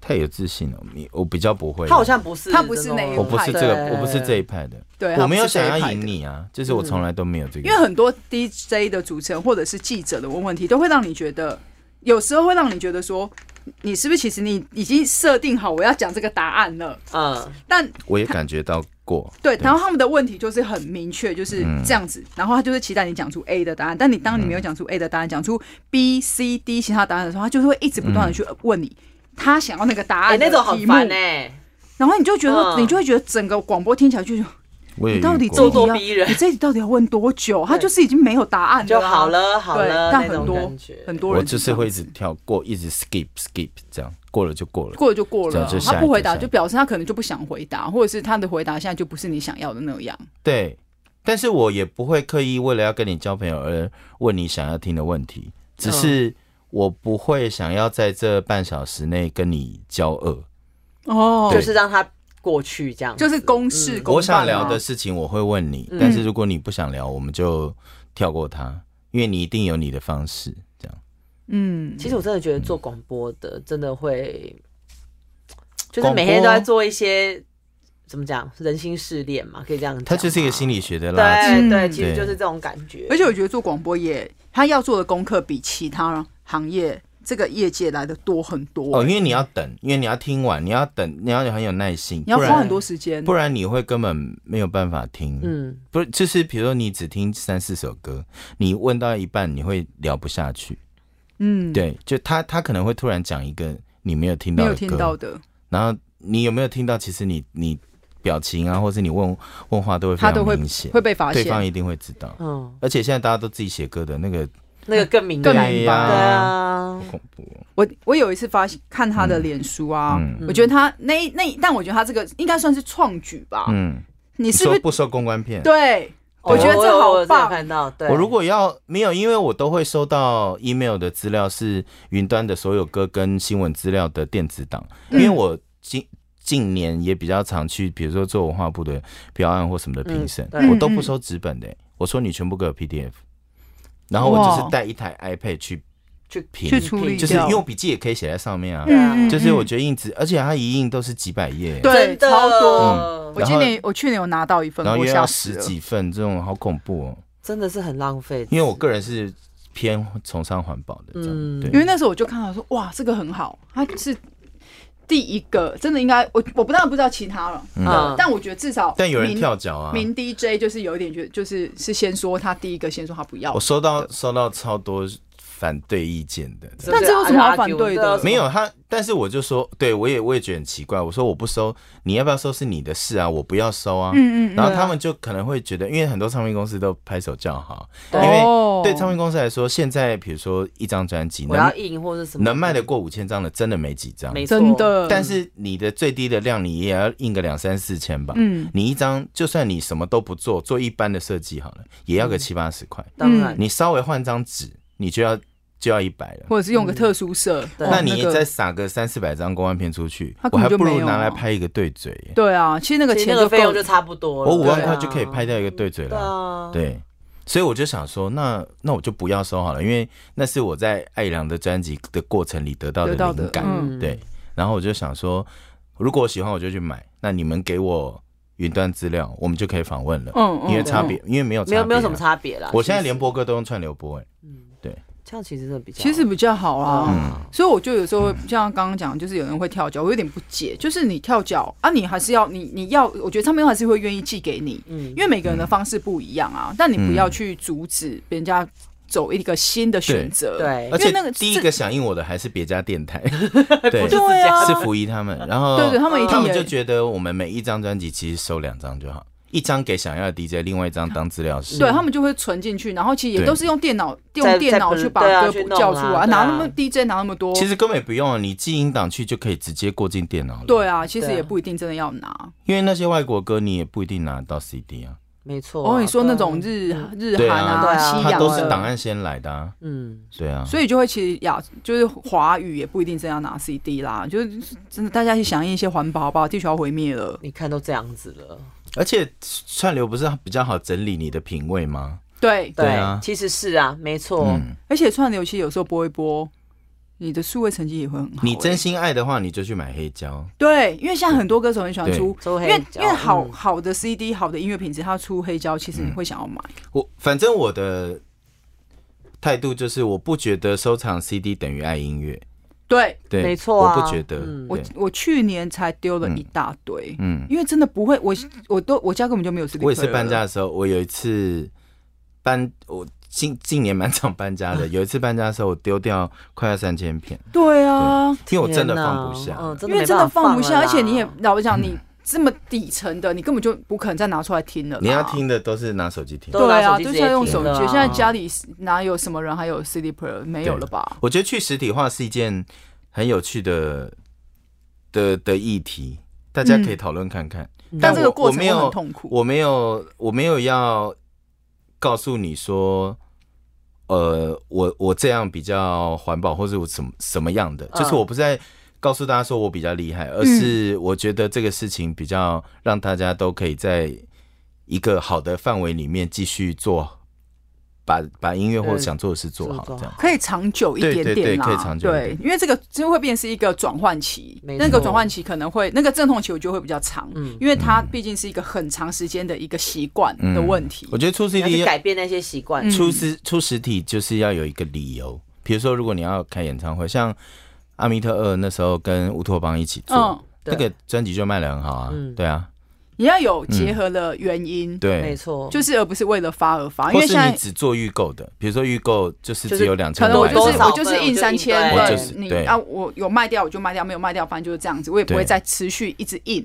S2: 太有自信了，你我比较不会，
S3: 他好像不是，
S1: 他不是那一
S2: 我不是这个，
S3: 对
S2: 我不是这一派的。
S1: 对，
S2: 我没有
S1: 他不是
S2: 想
S1: 这一
S2: 要
S1: 派
S2: 赢
S1: 的。嗯
S2: 你啊，就是我从来都没有这个。
S1: 因为很多 DJ 的主持人或者是记者的问问题，都会让你觉得，有时候会让你觉得说，你是不是其实你已经设定好我要讲这个答案了？
S3: 嗯，
S1: 但
S2: 我也感觉到过，
S1: 对，然后他们的问题就是很明确，就是
S2: 嗯
S1: 这样子，然后他就是期待你讲出 A 的答案，但你当你没有讲出 A 的答案，讲出 B、C、D 其他答案的时候，他就会一直不
S2: 嗯
S1: 断的去问你。他想要那个答
S3: 哎
S1: 案的
S3: 那
S1: 啊题目，
S3: 种很烦哎，
S1: 然后你就觉得，
S3: 嗯
S1: 你就会觉得整个广播听起来就是
S2: 我也
S1: 你到底
S2: 遇嗯过
S1: 这一题
S3: 咄咄
S1: 要
S3: 逼人
S1: 你这一题到底要问多久？他就是已经没有答案
S3: 就
S1: 啦
S3: 好了好
S1: 对
S3: 了
S1: 但
S3: 那
S1: 很
S3: 种
S1: 多
S3: 感觉
S1: 很多
S2: 我
S1: 人
S2: 就是会一
S1: 这
S2: 直
S1: 样子
S2: 跳过，一直 skip skip 这样，过了就过了。
S1: 过了就过
S2: 这
S1: 了啊
S2: 样就，下一
S1: 他不回答
S2: 个
S1: 就表示他可能就不想回答，或者是他的回答现在就不是你想要的那样。
S2: 对，但是我也不会刻意为了要跟你交朋友而问你想要听的问题，只是
S1: 嗯
S2: 我不会想要在这半小时内跟你交恶。
S1: 哦
S3: 就是让他过去这样子，
S1: 就是公
S3: 嗯
S1: 事公办啊
S2: 我想聊的事情我会问你，
S1: 嗯
S2: 但是如果你不想聊，我们就跳过它，因为你一定有你的方式。这样，
S1: 嗯，
S3: 其实我真的觉得做广播的真的会，就是
S2: 广
S3: 每天
S2: 播
S3: 都在做一些怎么讲人心试炼嘛，可以这样讲吗。
S2: 它就是一个心理学的垃
S1: 圾
S2: 圾。
S3: 对对，
S1: 嗯
S3: 其实就是这种感觉。
S1: 而且我觉得做广播也他要做的功课比其他行业这个业界来的多很多欸
S2: 哦，，因为你要等，因为你要听完，你要等，你要很有耐心，
S1: 你要
S2: 不
S1: 花
S2: 然
S1: 很多时间
S2: 不。然你会根本没有办法听。
S3: 嗯，
S2: 不是，就是比如说你只听三四首歌，你问到一半你会聊不下去。
S1: 嗯，
S2: 对，就他他可能会突然讲一个你没有听
S1: 没
S2: 到的
S1: 有
S2: 歌，
S1: 听到的，
S2: 然后你有没有听到？其实你你表情啊，或是你问问话都会非
S1: 他都
S2: 常
S1: 会
S2: 明显，
S1: 会被发
S2: 对方
S1: 现。
S2: 一定会知道。
S3: 嗯，
S2: 而且现在大家都自己写歌的那个
S3: 那个更敏
S1: 更
S3: 感
S1: 敏
S2: 对呀、
S1: 感
S3: 对啊，
S2: 恐怖哦。
S1: 我我有一次发现看他的脸书啊，
S2: 嗯
S1: 我觉得他那那，但我觉得他这个应该算是创举吧。
S2: 嗯，
S1: 你
S2: 你
S1: 是不
S2: 说
S1: 是
S2: 不收公关片？
S1: 对？
S3: 哦
S1: 我觉得
S3: 我
S1: 这
S3: 有我
S1: 好
S3: 有真的
S1: 棒，
S3: 看到，对，
S2: 我如果要没有，因为我都会收到 email 的资料是云端的所有歌跟新闻资料的电子档，因为我近近年也比较常去，比如说做文化部的标案或什么的评审，
S3: 嗯对
S2: 我都不收纸本的、我说你全部给我 PDF，然后我就是带一台 iPad 去
S3: 去
S2: 评，
S1: 去处理
S2: 就是
S1: 掉
S2: 因为我笔记也可以写在上面啊，
S1: 嗯，嗯
S2: 就是我
S1: 嗯
S2: 觉得印纸，而且它一印都是几百页，
S1: 对
S3: 真的
S1: 超多。
S2: 嗯
S1: 我
S2: 然
S1: 今
S2: 后
S1: 年我去年有拿到一份，
S2: 然后
S1: 我
S2: 又
S1: 吓
S2: 要十
S1: 死了。
S2: 几份，这种好恐怖哦，
S3: 真的是很浪费，
S2: 因为我个人是偏崇尚环保的，这样、
S3: 嗯
S2: 对
S1: 因。为那时候我就看到说，哇，这个很好，它是第一个，真的应该我我不当然不知道其他了，
S3: 嗯
S1: 但我觉得至少
S2: 但有人
S1: 明
S2: 跳脚啊！
S1: 明 DJ 就是有一点觉得就是是先说他第一个先说他不要
S2: 我，收到收到超多反对意见的。
S1: 但这有什么
S3: 啊
S1: 好反对的
S2: 没有他，但是我就说，对我也我也觉得很奇怪。我说我不收，你要不要收是你的事啊，我不要收啊。
S1: 嗯嗯嗯
S2: 然后他们就可能会觉得，因为很多唱片公司都拍手叫好，因
S3: 对
S2: 为对唱片公司来说，现在比如说一张专辑
S3: 我要
S2: 能
S3: 硬或者什么
S2: 能卖得，过五千张的，真的没几张。
S3: 没错
S1: 真。的，
S2: 但是你的最低的量，你也要印个两三四千吧。
S1: 嗯
S2: 你一张，就算你什么都不做，做一般的设计好了，也要个七八十块。
S3: 当然，
S1: 嗯
S2: 你稍微换张纸，你就要就要一百了。
S1: 或者是用个特殊色，
S3: 对
S1: 哦
S2: 嗯那你
S1: 个
S2: 再撒个三四百张公关片出去
S1: 他，
S2: 我
S1: 根
S2: 还
S1: 本就
S2: 不
S1: 没
S2: 如
S1: 有
S2: 拿来
S1: 啊
S2: 拍一个对嘴耶，
S1: 对啊，其实那个
S3: 其实
S1: 钱
S3: 那个
S1: 就
S3: 费用
S1: 够
S3: 就差不多了。
S2: 我五万
S3: 对啊
S2: 块就可以拍掉一个对嘴
S3: 对
S2: 了。
S3: 啊，
S2: 对，所以我就想说，那那我就不要收好了，因为那是我在艾良的专辑的过程里得到的
S1: 得到的
S2: 灵感。
S1: 嗯
S2: 对，然后我就想说，如果我喜欢我就去买，那你们给我云端资料，我们就可以访问了。
S1: 嗯嗯
S2: 因为差别，因为没有差
S3: 没有没有什么
S2: 别啊。
S3: 差别啦。
S2: 我现在
S3: 其实
S2: 连播歌都用串流播、哎，
S3: 这样其实真的比较
S1: 其实比较好啦。
S2: 嗯
S1: 所以我就有时候会像刚刚讲，就是有人会跳脚，我有点不解，就是你跳脚啊，你还是要你你要，我觉得唱片还是会愿意寄给你，
S3: 嗯
S1: 因为每个人的方式不一样啊，但你不要去阻止人家走一个新的选择，
S3: 对
S2: 而
S1: 因为
S2: 且
S1: 那个
S2: 第一
S1: 是
S2: 个响应我的还是别家
S1: (laughs)
S2: 电台，对，
S1: 对啊，
S2: 是福一他们，然后
S1: 对对，他们一
S2: 他
S1: 定
S2: 们就
S1: 也
S2: 觉得我们每一张专辑其实收两张就好，一张给想要的 DJ，另外一张当资料室。
S1: 对他们就会存进去，然后其实也
S2: 对
S1: 都是用电脑
S3: 在
S1: 用电脑去把
S3: 对啊
S1: 歌
S3: 去弄啊
S1: 叫出
S3: 对啊
S1: 来，拿那么 DJ 拿那么多，
S2: 其实根本也不用，你寄音档去就可以直接过进电脑了。
S1: 对，啊，其实
S3: 对啊
S1: 也不一定真的要拿。
S2: 因为那些外国歌你也不一定拿得到 CD 啊，
S3: 没错啊。
S1: 哦，你说那种
S3: 对啊
S1: 日日
S2: 对
S1: 韩
S3: 对啊
S1: 西
S2: 它
S1: 洋
S2: 都是
S1: 的
S2: 档案先来的啊。
S3: 嗯，
S2: 对啊，
S1: 所以就会其实亚就是华语也不一定真的要拿 CD 啦，就是真的大家去响应一些环保，好不好？地球要毁灭了，
S3: 你看都这样子了，
S2: 而且串流不是比较好整理你的品味吗？
S1: 对，
S2: 对啊
S3: 其实是啊，没错，
S2: 嗯，
S1: 而且串流其实有时候播一播，你的数位成绩也会很好、
S2: 你真
S1: 欸
S2: 心爱的话，你就去买黑胶。
S1: 对，因为现在很多歌手很喜欢
S2: 对
S1: 出，
S3: 周
S1: 因
S3: 黑
S1: 为因
S3: 胶
S1: 为好
S3: 嗯
S1: 好的 CD、好的音乐品质，它出黑胶，其实你会想要买，
S2: 我反正我的态度就是，我不觉得收藏 CD 等于爱音乐。
S1: 对。
S2: 对，
S3: 没错啊
S2: 我不觉得。
S3: 嗯
S1: 我
S2: 对，
S1: 我去年才丢了一大堆，
S2: 嗯，
S1: 因为真的不会，我我都我家根本就没有 CD。
S2: 我也是搬家，的时候，我有一次搬，我近近年蛮常搬家的。有一次搬家的时候，我丢掉快要三千片，
S1: 对啊，
S2: 因为我真的
S3: 天哪
S2: 放不下。
S3: 嗯，
S1: 因为
S3: 没
S1: 真
S3: 办
S1: 的
S3: 法
S1: 放不下，
S3: 了
S1: 而
S3: 啦
S1: 且你
S3: (laughs)
S1: 也老实讲，你这么底层的，你根本就不可能再拿出来听了。
S2: 你要，听的都是拿手机听。
S3: 都
S1: 对
S3: 拿
S1: 啊，
S3: 手机
S1: 就
S3: 直
S1: 是
S3: 接
S1: 要用
S3: 听
S1: 手
S3: 了
S1: 机。
S3: 啊
S1: 现在家里哪有什么人还有 CD player？没有了吧？
S2: 我觉得去实体化是一件很有趣的的的议题，大家
S3: 嗯
S2: 可以讨论看看。
S1: 但
S2: 我
S1: 这个过
S2: 我
S1: 程会
S2: 没有
S1: 很痛苦。
S2: 我没有，我没有要告诉你说，呃，我我这样比较环保，或是我怎么什么样的，
S3: 嗯
S2: 就是我不是在告诉大家说我比较厉害，而是我觉得这个事情比较让大家都可以在一个好的范围里面继续做，把把音乐或
S3: 对
S2: 想做的事做好，
S3: 嗯做
S2: 这样。
S1: 可以长久一点
S2: 对对对
S1: 点啦，
S2: 可以长久一点
S1: 因为这个就会变成是一个转换期，
S3: 没
S1: 那个
S3: 错
S1: 转换期可能会那个阵痛期，我觉得会比较长，
S3: 嗯
S1: 因为它毕竟是一个很长时间的一个习惯的问题。
S2: 嗯我觉得出
S3: 你要
S2: CD
S3: 去
S2: 要
S3: 改变那些习惯
S1: 嗯，
S2: 出实出实体就是要有一个理由，比如说如果你要开演唱会，像阿密特二那时候跟乌托邦一起做，
S1: 嗯，
S2: 那
S3: 对
S2: 个专辑就卖的很好啊，
S3: 嗯
S2: 对啊，
S1: 你要有结合了原因，
S3: 没
S2: 嗯对，
S3: 错，
S1: 就是而不是为了发而发，因
S2: 或
S1: 为现
S2: 是
S1: 在
S2: 你只做预购的，比如说预购就是
S1: 就
S2: 只
S1: 是
S2: 有两千
S1: 可能我
S2: 块，
S1: 就是
S3: 多
S1: 我
S3: 少
S1: 就是
S3: 份我
S1: 印
S3: 就
S1: 三
S3: 印
S1: 千，
S2: 对我就
S1: 对
S2: 是
S1: 你
S2: 对
S1: 啊，我有卖掉我就卖掉，没有卖掉反正就是这样子，我也不会
S2: 对
S1: 再持续一直印。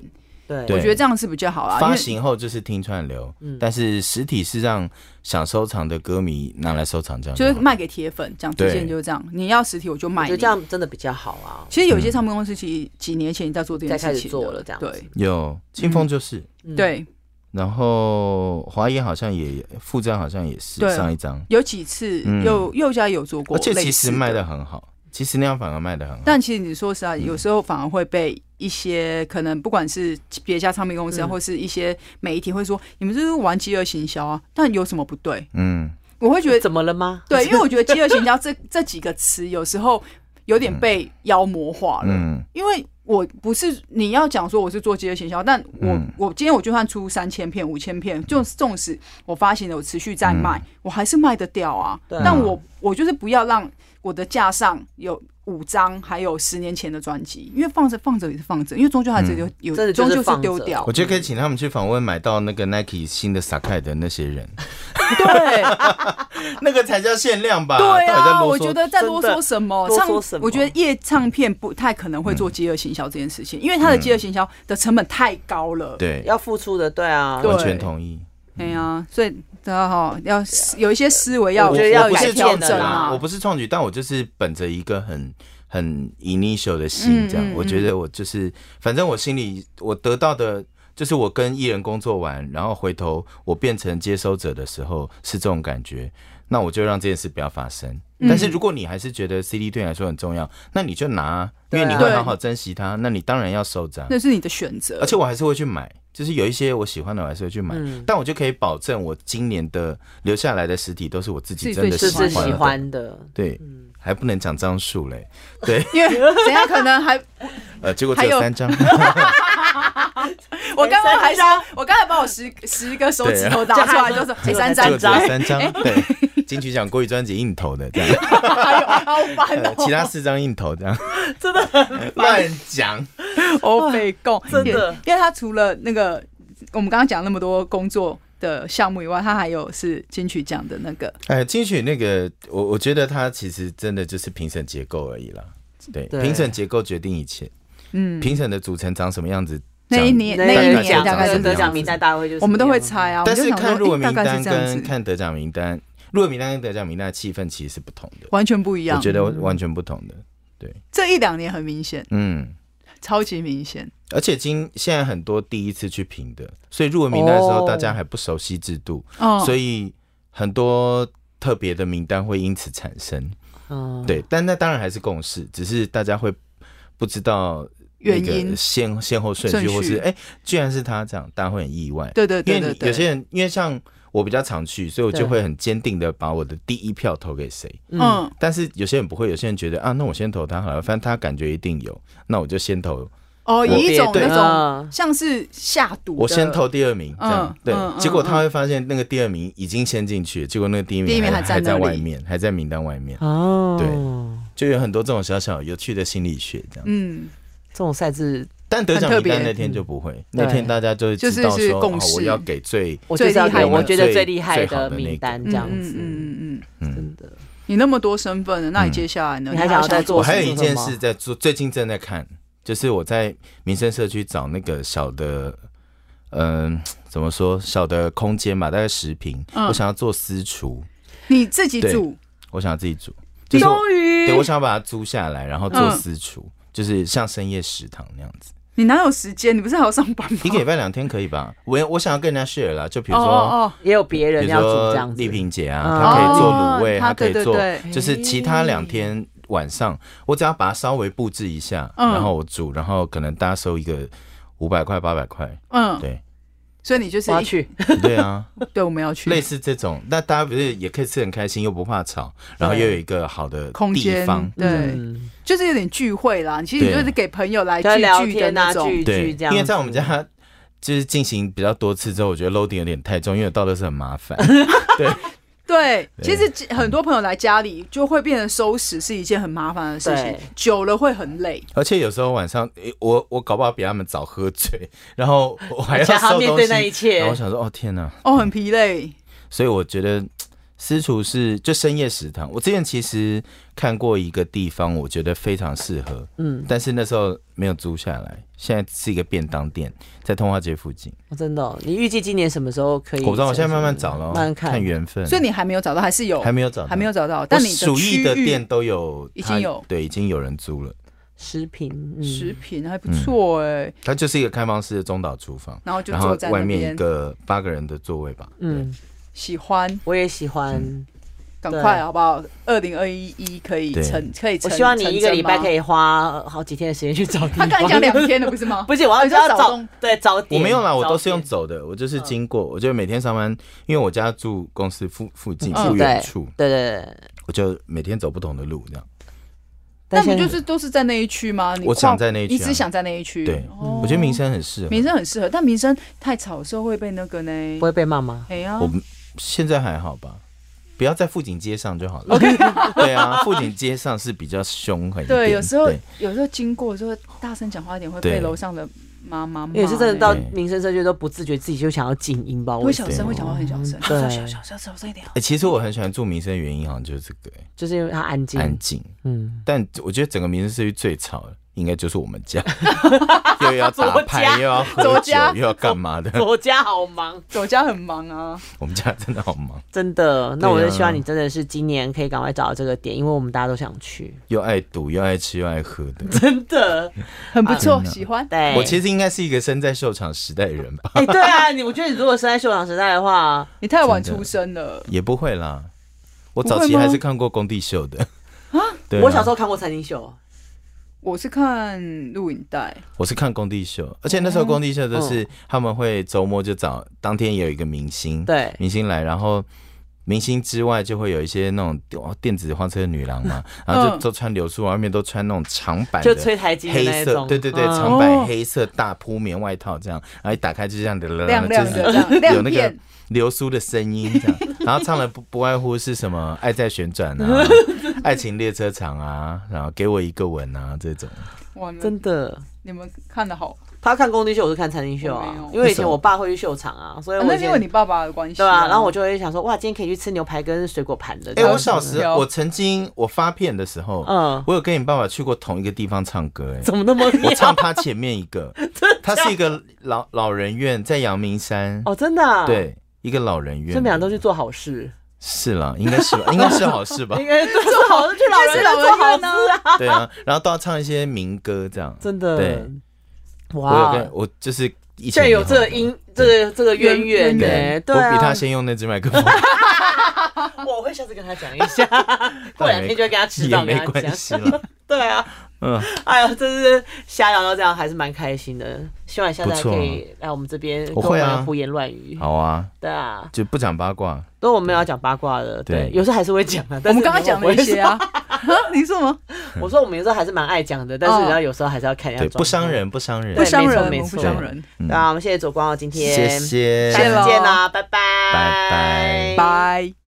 S3: 对
S1: 我
S2: 对
S1: 觉得这样是比较好啊啦，因
S2: 发
S1: 为
S2: 行后就是听串流，但是实体是让想收藏的歌迷拿来收藏这样
S1: 就
S2: 好，
S1: 是卖给铁粉，这样之
S2: 对
S1: 前就是这样，你要实体我就
S3: 我
S1: 卖
S3: 觉得
S1: 你
S3: 这。样真的比较好啊。
S1: 其实
S2: 嗯
S1: 有一些唱片公司其实几年前在做这件
S3: 在开
S1: 事
S3: 始
S1: 情
S3: 做
S1: 的
S3: 了这样子
S1: 对
S2: 有清风就是，
S3: 嗯，
S1: 对，
S2: 然后华研好像也附张好像也是
S1: 对
S2: 上一张，
S1: 有几次
S2: 嗯
S1: 又又家有做过
S2: 而且
S1: 类
S2: 其
S1: 似
S2: 实卖嗯的很好，其实那样反而卖的很好。
S1: 但其实你说实话，有时候反而会被一些可能不管是别家唱片公司啊，
S3: 嗯
S1: 或是一些媒体会说你们这是玩饥饿行销啊，但有什么不对？
S2: 嗯，
S1: 我会觉得
S3: 怎么了吗？
S1: 对，因为我觉得“饥饿行销” (laughs) 这这几个词有时候有点被妖魔化了，
S2: 嗯，
S1: 因为我不是你要讲说我是做饥饿行销，但我、
S2: 嗯
S1: 我今天我就算出三千片、五千片，就纵使我发行了，我持续在卖，我还是卖得掉啊。
S3: 嗯对啊
S1: 但我我就是不要让我的架上有。五张，还有十年前的专辑，因为放着放着也是放着，因为终究还是有有，
S3: 嗯真的就
S1: 终
S3: 是
S1: 究是
S3: 放 (laughs) 着
S1: 丢掉
S2: 我。觉得可以请他们去访问买到那个 Nike 新的 Sakai 的那些人，
S1: (laughs) 对啊
S2: 那个才叫限量吧？
S1: 对
S2: 到底在
S1: 啊，
S2: 啰嗦
S1: 我觉得再啰嗦什么
S3: 真的
S1: 唱
S3: 啰嗦什么
S1: 我觉得夜唱片不太可能会做饥饿行销这件事情，因为它的饥饿行销的成本太高了。
S2: 对，
S3: 要付出的，对啊，
S1: 对
S2: 完全同意。
S1: 对呀，所以大家哈要有一些思维要
S3: 我
S2: 我
S3: 觉得要
S2: 不
S3: 改
S2: 是
S1: 调
S3: 变
S2: 创
S3: 的
S2: 举
S1: 整
S3: 啦
S1: 啊
S2: 我。不是创举，但我就是本着一个很很 initial 的心，这样、
S1: 嗯嗯
S2: 我觉得我就是，反正我心里我得到的。就是我跟艺人工作完，然后回头我变成接收者的时候是这种感觉，那我就让这件事不要发生。
S3: 嗯
S2: 但是如果你还是觉得 CD 对你来说很重要，那你就拿啊，因为
S3: 对啊
S2: 你会好好珍惜它，那你当然要收着啊。
S1: 那是你的选择，
S2: 而且我还是会去买，就是有一些我喜欢的，我还是会去买。但我就可以保证，我今年的留下来的实体都是我自己
S1: 自己
S2: 真的
S1: 最
S3: 是
S2: 喜欢的。嗯
S3: 自己喜欢的，
S2: 对，还不能讲张数嘞。
S1: 因为等一下可能还，
S2: 呃，结果只
S1: 还有
S2: 有 (laughs) 三张。
S1: 我刚刚还说，我刚才把我十十个手指头打出来，就是哎三
S2: 结
S1: 三
S2: 果只
S1: 张， (laughs)
S2: 有三张，哎对，金曲奖国语专辑硬投的这 (laughs) 样，
S1: 还有哎好烦
S2: 呃
S1: 哦，
S2: (laughs) 其他四张硬投这样， (laughs) 真的乱讲。
S1: 欧北共，
S3: 真的
S1: 哦因为他除了那个我们刚刚讲那么多工作的项目以外，他还有是金曲奖的那个，
S2: 哎，金曲那个，我我觉得它其实真的就是评审结构而已啦。对，
S3: 对
S2: 评审结构决定一切，
S1: 嗯，
S2: 评审的组成长什么样子，
S1: 那一
S2: 讲
S1: 年
S3: 那
S1: 那一
S3: 个
S2: 个
S1: 年
S3: 奖
S1: 大概
S2: 是
S1: 是
S2: 这
S3: 得
S2: 样
S3: 奖名单大会就是
S1: 我们都会
S3: 这样
S1: 猜啊，
S2: 但是
S1: 我就想
S2: 看
S1: 说
S2: 入围
S1: 哎
S2: 名
S1: 大概
S2: 单
S1: 是这样
S2: 跟
S1: 子，
S2: 看得奖名单，入围名单跟得奖名单的气氛其实是不同的，
S1: 完全不一
S2: 我
S1: 样。
S2: 觉得完全不同的。
S1: 这一两年很明显，
S2: 嗯，
S1: 超级明显。
S2: 而且今现在很多第一次去评的，所以入围名单的时候
S3: 哦
S2: 大家还不熟悉制度，
S1: 哦，
S2: 所以很多特别的名单会因此产生。
S3: 嗯，
S2: 对，但那当然还是共识，只是大家会不知道那
S1: 原因
S2: 个先先后顺序，
S1: 顺序
S2: 或是哎、居然是他这样，大家会很意外。
S1: 对对对
S2: 因
S1: 对
S2: 为你有些
S1: 对，
S2: 人，因为像我比较常去，所以我就
S3: 对
S2: 会很坚定的把我的第一票投给谁。
S1: 嗯，
S2: 但是有些人不会，有些人觉得啊，那我先投他好了，反正他感觉一定有，那我就先投，
S1: 哦，有一种
S2: 对
S1: 那种
S3: 嗯
S1: 像是下毒的，
S2: 我先投第二名，这样
S1: 嗯
S2: 对
S1: 嗯。嗯
S2: 结果他会发现那个第二名已经先进去，结果那个第一
S1: 第一
S2: 名
S1: 名还在
S2: 还在
S1: 那里
S2: 外面，还在名单外面，
S3: 哦，
S2: 对就有很多这种小小有趣的心理学这样。
S1: 嗯，
S3: 这种赛制
S2: 但得奖名
S1: 很
S2: 单
S1: 特别
S2: 那天就不会，
S3: 对
S2: 那天大家就会知道
S1: 就是是
S2: 说，
S1: 共
S2: 哦
S1: 识
S2: 我要给最
S3: 我就是要
S1: 最厉害
S3: 给
S1: 的
S3: 我觉得
S2: 最
S3: 最厉害
S2: 最好
S3: 的
S2: 的那个
S3: 名单
S1: 嗯
S3: 这样
S1: 嗯
S3: 子，
S1: 嗯嗯嗯，
S2: 嗯。
S3: 真的
S1: 你那么多身份了，那你接下来呢？
S3: 你还想要再做
S2: 我
S1: 什么
S2: 还有一件
S3: 做什么
S2: 事在做，最近正在看，就是我在民生社区找那个小的，嗯、怎么说小的空间吧，大概十平，
S1: 嗯
S2: 我想要做私厨，
S1: 你自己
S2: 对
S1: 煮，
S2: 我想要自己煮，就是我
S1: 于
S2: 对我想要把它租下来，然后做
S1: 嗯
S2: 私厨，就是像深夜食堂那样子。
S1: 你哪有时间？你不是还要上班吗？
S2: 一个礼拜两天可以吧？我我想要跟人家 share 啦，就比
S1: 哦
S2: 如说。
S1: 哦
S3: 也有别人
S2: 比如
S3: 要煮这
S2: 说
S3: 样子
S2: 丽，萍姐啊，
S3: 嗯
S2: 她可以做
S1: 哦
S2: 卤味，
S1: 她
S2: 她可以
S1: 对对
S2: 做
S1: 对，
S2: 就是其他两天晚上，我只要把它稍微布置一下，
S1: 嗯
S2: 然后我煮，然后可能大家收一个五百块、八百块，
S1: 哦，嗯，
S2: 对
S1: 所以你就是
S3: 我要
S1: 一
S3: 去，
S2: 对
S1: (laughs)
S2: 啊，
S1: 对，我们要去
S2: 类似这种，那大家不是也可以吃很开心，又不怕吵，然后又有一个好的
S1: 空
S2: 地
S1: 间
S2: 方，，
S1: 对，
S3: 嗯，
S1: 就是有点聚会啦。其实你
S2: 对
S1: 就是给朋友来聚
S3: 就聊
S1: 聚的
S3: 天啊，
S1: 那种，
S3: 聚
S2: 对，
S3: 聚这样子，
S2: 因为在我们家。就是进行比较多次之后，我觉得 loading 有点太重，因为到的是很麻烦。
S1: 对，其
S2: 对
S1: 实很多朋友来家里就会变成收拾是一件很麻烦的事情
S3: 对，
S1: 久了会很累。
S2: 而且有时候晚上，诶我我搞不好比他们早喝醉， (laughs) 然后我还要
S3: 而且还要
S2: 收
S3: 面
S2: 东
S3: 对
S2: 西，
S3: 那一切
S2: 然后我想说，哦天哪！
S1: 哦，很疲累。
S2: 所以我觉得私厨是就深夜食堂。我之前其实看过一个地方，我觉得非常适合，
S3: 嗯，
S2: 但是那时候没有租下来，现在是一个便当店，在通化街附近。
S3: 哦真的哦，你预计今年什么时候可以？
S2: 我不知道，我现在慢慢找了哦，
S3: 慢慢看
S2: 看缘分。
S1: 所以你还没有找到，还是有
S2: 还没有找到，
S1: 还没有找到，
S2: 我
S1: 但你
S2: 鼠疫的
S1: 区域
S2: 店都有，
S1: 已
S2: 它
S1: 经有
S2: 对，已经有人租了。
S3: 食品，嗯
S1: 食品还不错哎，
S2: 它就是一个开放式的中岛厨房，
S1: 然后就
S2: 然
S1: 坐
S2: 后
S1: 在那
S2: 外面一
S1: 边，
S2: 个八个人的座位吧。嗯，
S3: 嗯，
S1: 喜欢，
S3: 我也喜欢。
S1: 嗯赶
S3: 对
S1: 快好不好？二零二一一可以
S2: 对
S1: 成，可以
S3: 我
S1: 成。
S3: 希望你一个礼拜可
S1: 以。
S3: 以花呃好几天的时间去找地
S1: 他
S3: 方。
S1: 刚才讲两天了，不是吗？
S3: (laughs) 不是，我
S1: 哦
S3: 要
S1: 你
S3: 就
S1: 说
S3: 要
S1: 找
S3: 找
S1: 东
S3: 对找
S2: 我
S3: 点。
S2: 没有啦，我都是
S3: 找
S2: 用
S3: 点
S2: 走的，我就是经过，我就每天上班，因为我家住公司附附近
S1: 嗯
S2: 不远处，
S3: 对对对。
S2: 我就每天走不同的路这样。
S1: 那
S3: 但
S1: 你
S3: 现在
S1: 就是都是在那一区吗？你
S2: 我
S1: 跨
S2: 想在那一区啊
S1: 你只想在那一区。
S2: 对
S1: 哦
S2: 我觉得民生很适合，
S1: 民生很适合，但民生太吵的时候会被那个呢
S3: 不。会被骂吗？
S1: 哎呀
S2: 我，们现在还好吧？不要在富锦街上就好了。OK，对 (laughs) 啊，富锦街上是比较凶狠一点。
S1: 对，有时候
S2: 对
S1: 有时候经过的时候大声讲话一点，会被
S2: 对
S1: 楼上的妈妈骂
S3: 也是真的到
S1: 欸
S2: 对
S3: 民生社区都不自觉自己就想要静音吧，
S1: 我会
S3: 我
S1: 小声，会讲话很小声，
S3: 对
S1: 小小小小小声一点。哦
S2: 哎、其实我很喜欢住民生的原因，好像就是这个、欸
S3: 就是因为它安静，
S2: 安静。
S3: 嗯，
S2: 但我觉得整个民生社区最吵的，应该就是我们
S1: (laughs)
S2: 家，又要打牌，
S3: 怎么家
S2: 又要喝
S1: 怎么
S2: 酒，
S1: 家
S2: 又要干嘛的。 (laughs)
S3: 我家好忙，
S1: 我家很忙啊，
S2: 我们家真的好忙，
S3: 真的。那我
S2: 对
S3: 就
S2: 啊
S3: 希望你真的是今年可以赶快找到这个点，因为我们大家都想
S1: (laughs)
S3: 去，
S2: 又爱赌，又爱吃，又爱喝的。
S3: 真的。
S1: 很不错，喜欢。
S3: (laughs) 对，
S2: 我其实应该是一个身在秀场时代的人
S3: (laughs)
S2: 吧，
S3: 哎、对啊，你我觉得你如果生在秀场时代的话，
S1: 你太晚出生了，
S2: 也不会啦。我
S1: 不会
S2: 早期还
S1: 吗
S2: 是看过工地秀的 (laughs) 啊，对啊
S3: 我小时候看过餐厅秀，
S1: 我是看录影带，
S2: 我是看工地秀，而且那时候工地秀都是他们会周末就找当天也有一个明星，
S3: 对，
S2: 明星来，然后明星之外就会有一些那种电电子花车女郎
S3: (laughs)
S2: 嘛，然后就
S1: 嗯
S2: 都穿流苏，外面都穿那种长版
S3: 就
S2: 的。
S3: 吹台机的那
S2: 嗯黑
S3: 一
S2: 色
S3: 种，，
S2: 对对对，
S3: 嗯
S2: 长版
S1: 哦
S2: 黑色大铺棉外套这样，然后一打开就这样的，
S3: 啊
S1: 亮亮
S2: 就是
S1: 的这样，
S3: (laughs)
S2: 有
S1: 亮
S2: 那个
S1: 片。
S2: 流苏的声音这样，然后唱的不不外乎是什么《爱在旋转》
S3: (laughs)
S2: 啊，《爱情列车场》啊，然后给我一个吻啊这种。
S1: 哇，你们
S3: 真的。
S1: 你们看的好，
S3: 他看工地秀，我是看餐厅秀
S1: 我
S3: 啊
S1: 没有，
S3: 因为以前我爸会去秀场啊，所以
S1: 啊
S3: 我
S1: 那
S3: 以
S1: 是
S3: 前
S1: 因为你爸爸的关系，
S3: 对啊，然后我就会想说，哇，今天可以去吃牛排跟水果盘的。
S2: 哎、
S3: 这样
S2: 我
S3: (laughs)
S2: 小时
S1: 有
S2: 候，我曾经我发片的时候， (laughs)
S3: 嗯，啊
S2: 我有跟你爸爸去过同一个地方唱
S3: (laughs)
S2: 歌、哎，
S3: 怎么那么
S2: 我
S3: 妙？
S2: 唱他前面一
S3: (laughs)
S2: 个，他是一个老老人院，在阳明山，
S3: 哦，真的、啊，，
S2: 对，一个老人院，
S3: 所以每人都去做好事，
S2: 是啦，应该是
S3: (laughs)
S2: 吧，应该是好事吧
S3: 应，该做好事去老人家做好事啊，
S2: 对啊，然后都要唱一些民歌这样，
S3: 真的
S2: 对，我有
S3: 哇
S2: 跟，我就是以前
S3: 现在有这个
S2: 音。
S3: 音，这个这个渊源呢、
S2: 对，
S3: 对啊，
S2: 我比他先用那只麦克风，
S3: 我会下次跟他讲一
S2: (laughs)
S3: 下，过两天就会跟他吃
S2: 也
S3: 到，跟
S2: 没
S3: 他
S2: 关
S3: 讲。
S2: 系了。
S3: 对啊，
S2: 嗯，
S3: 哎呀，真是瞎聊到这样，还是蛮开心的。希望你下次还
S2: 不错啊
S3: 可以来我们这边跟
S2: 我
S3: 我
S2: 会啊
S3: 们胡言乱语。
S2: 好啊，
S3: 对啊，
S2: 就不讲八卦。
S3: 不过我没有要讲八卦的，对
S2: 对，
S3: 有时候还是会讲的。
S1: 我
S3: 但是
S1: 们刚刚讲了一些啊，啊 (laughs) 你说什么？
S3: 我说我们有时候还是蛮爱讲的，但是
S1: 嗯
S3: 你知道有时候还是要看一下
S2: 对，
S3: 状
S2: 不伤
S3: 况。
S2: 人，不伤人。
S1: 不伤人，我
S3: 没
S1: 们不
S3: 错没错
S1: 伤人，
S2: 嗯
S3: 对啊，我们谢谢左光哦，今天
S2: 谢谢，
S3: 下次
S1: 谢喽
S3: 见啦，拜拜，
S2: 拜拜
S1: 拜。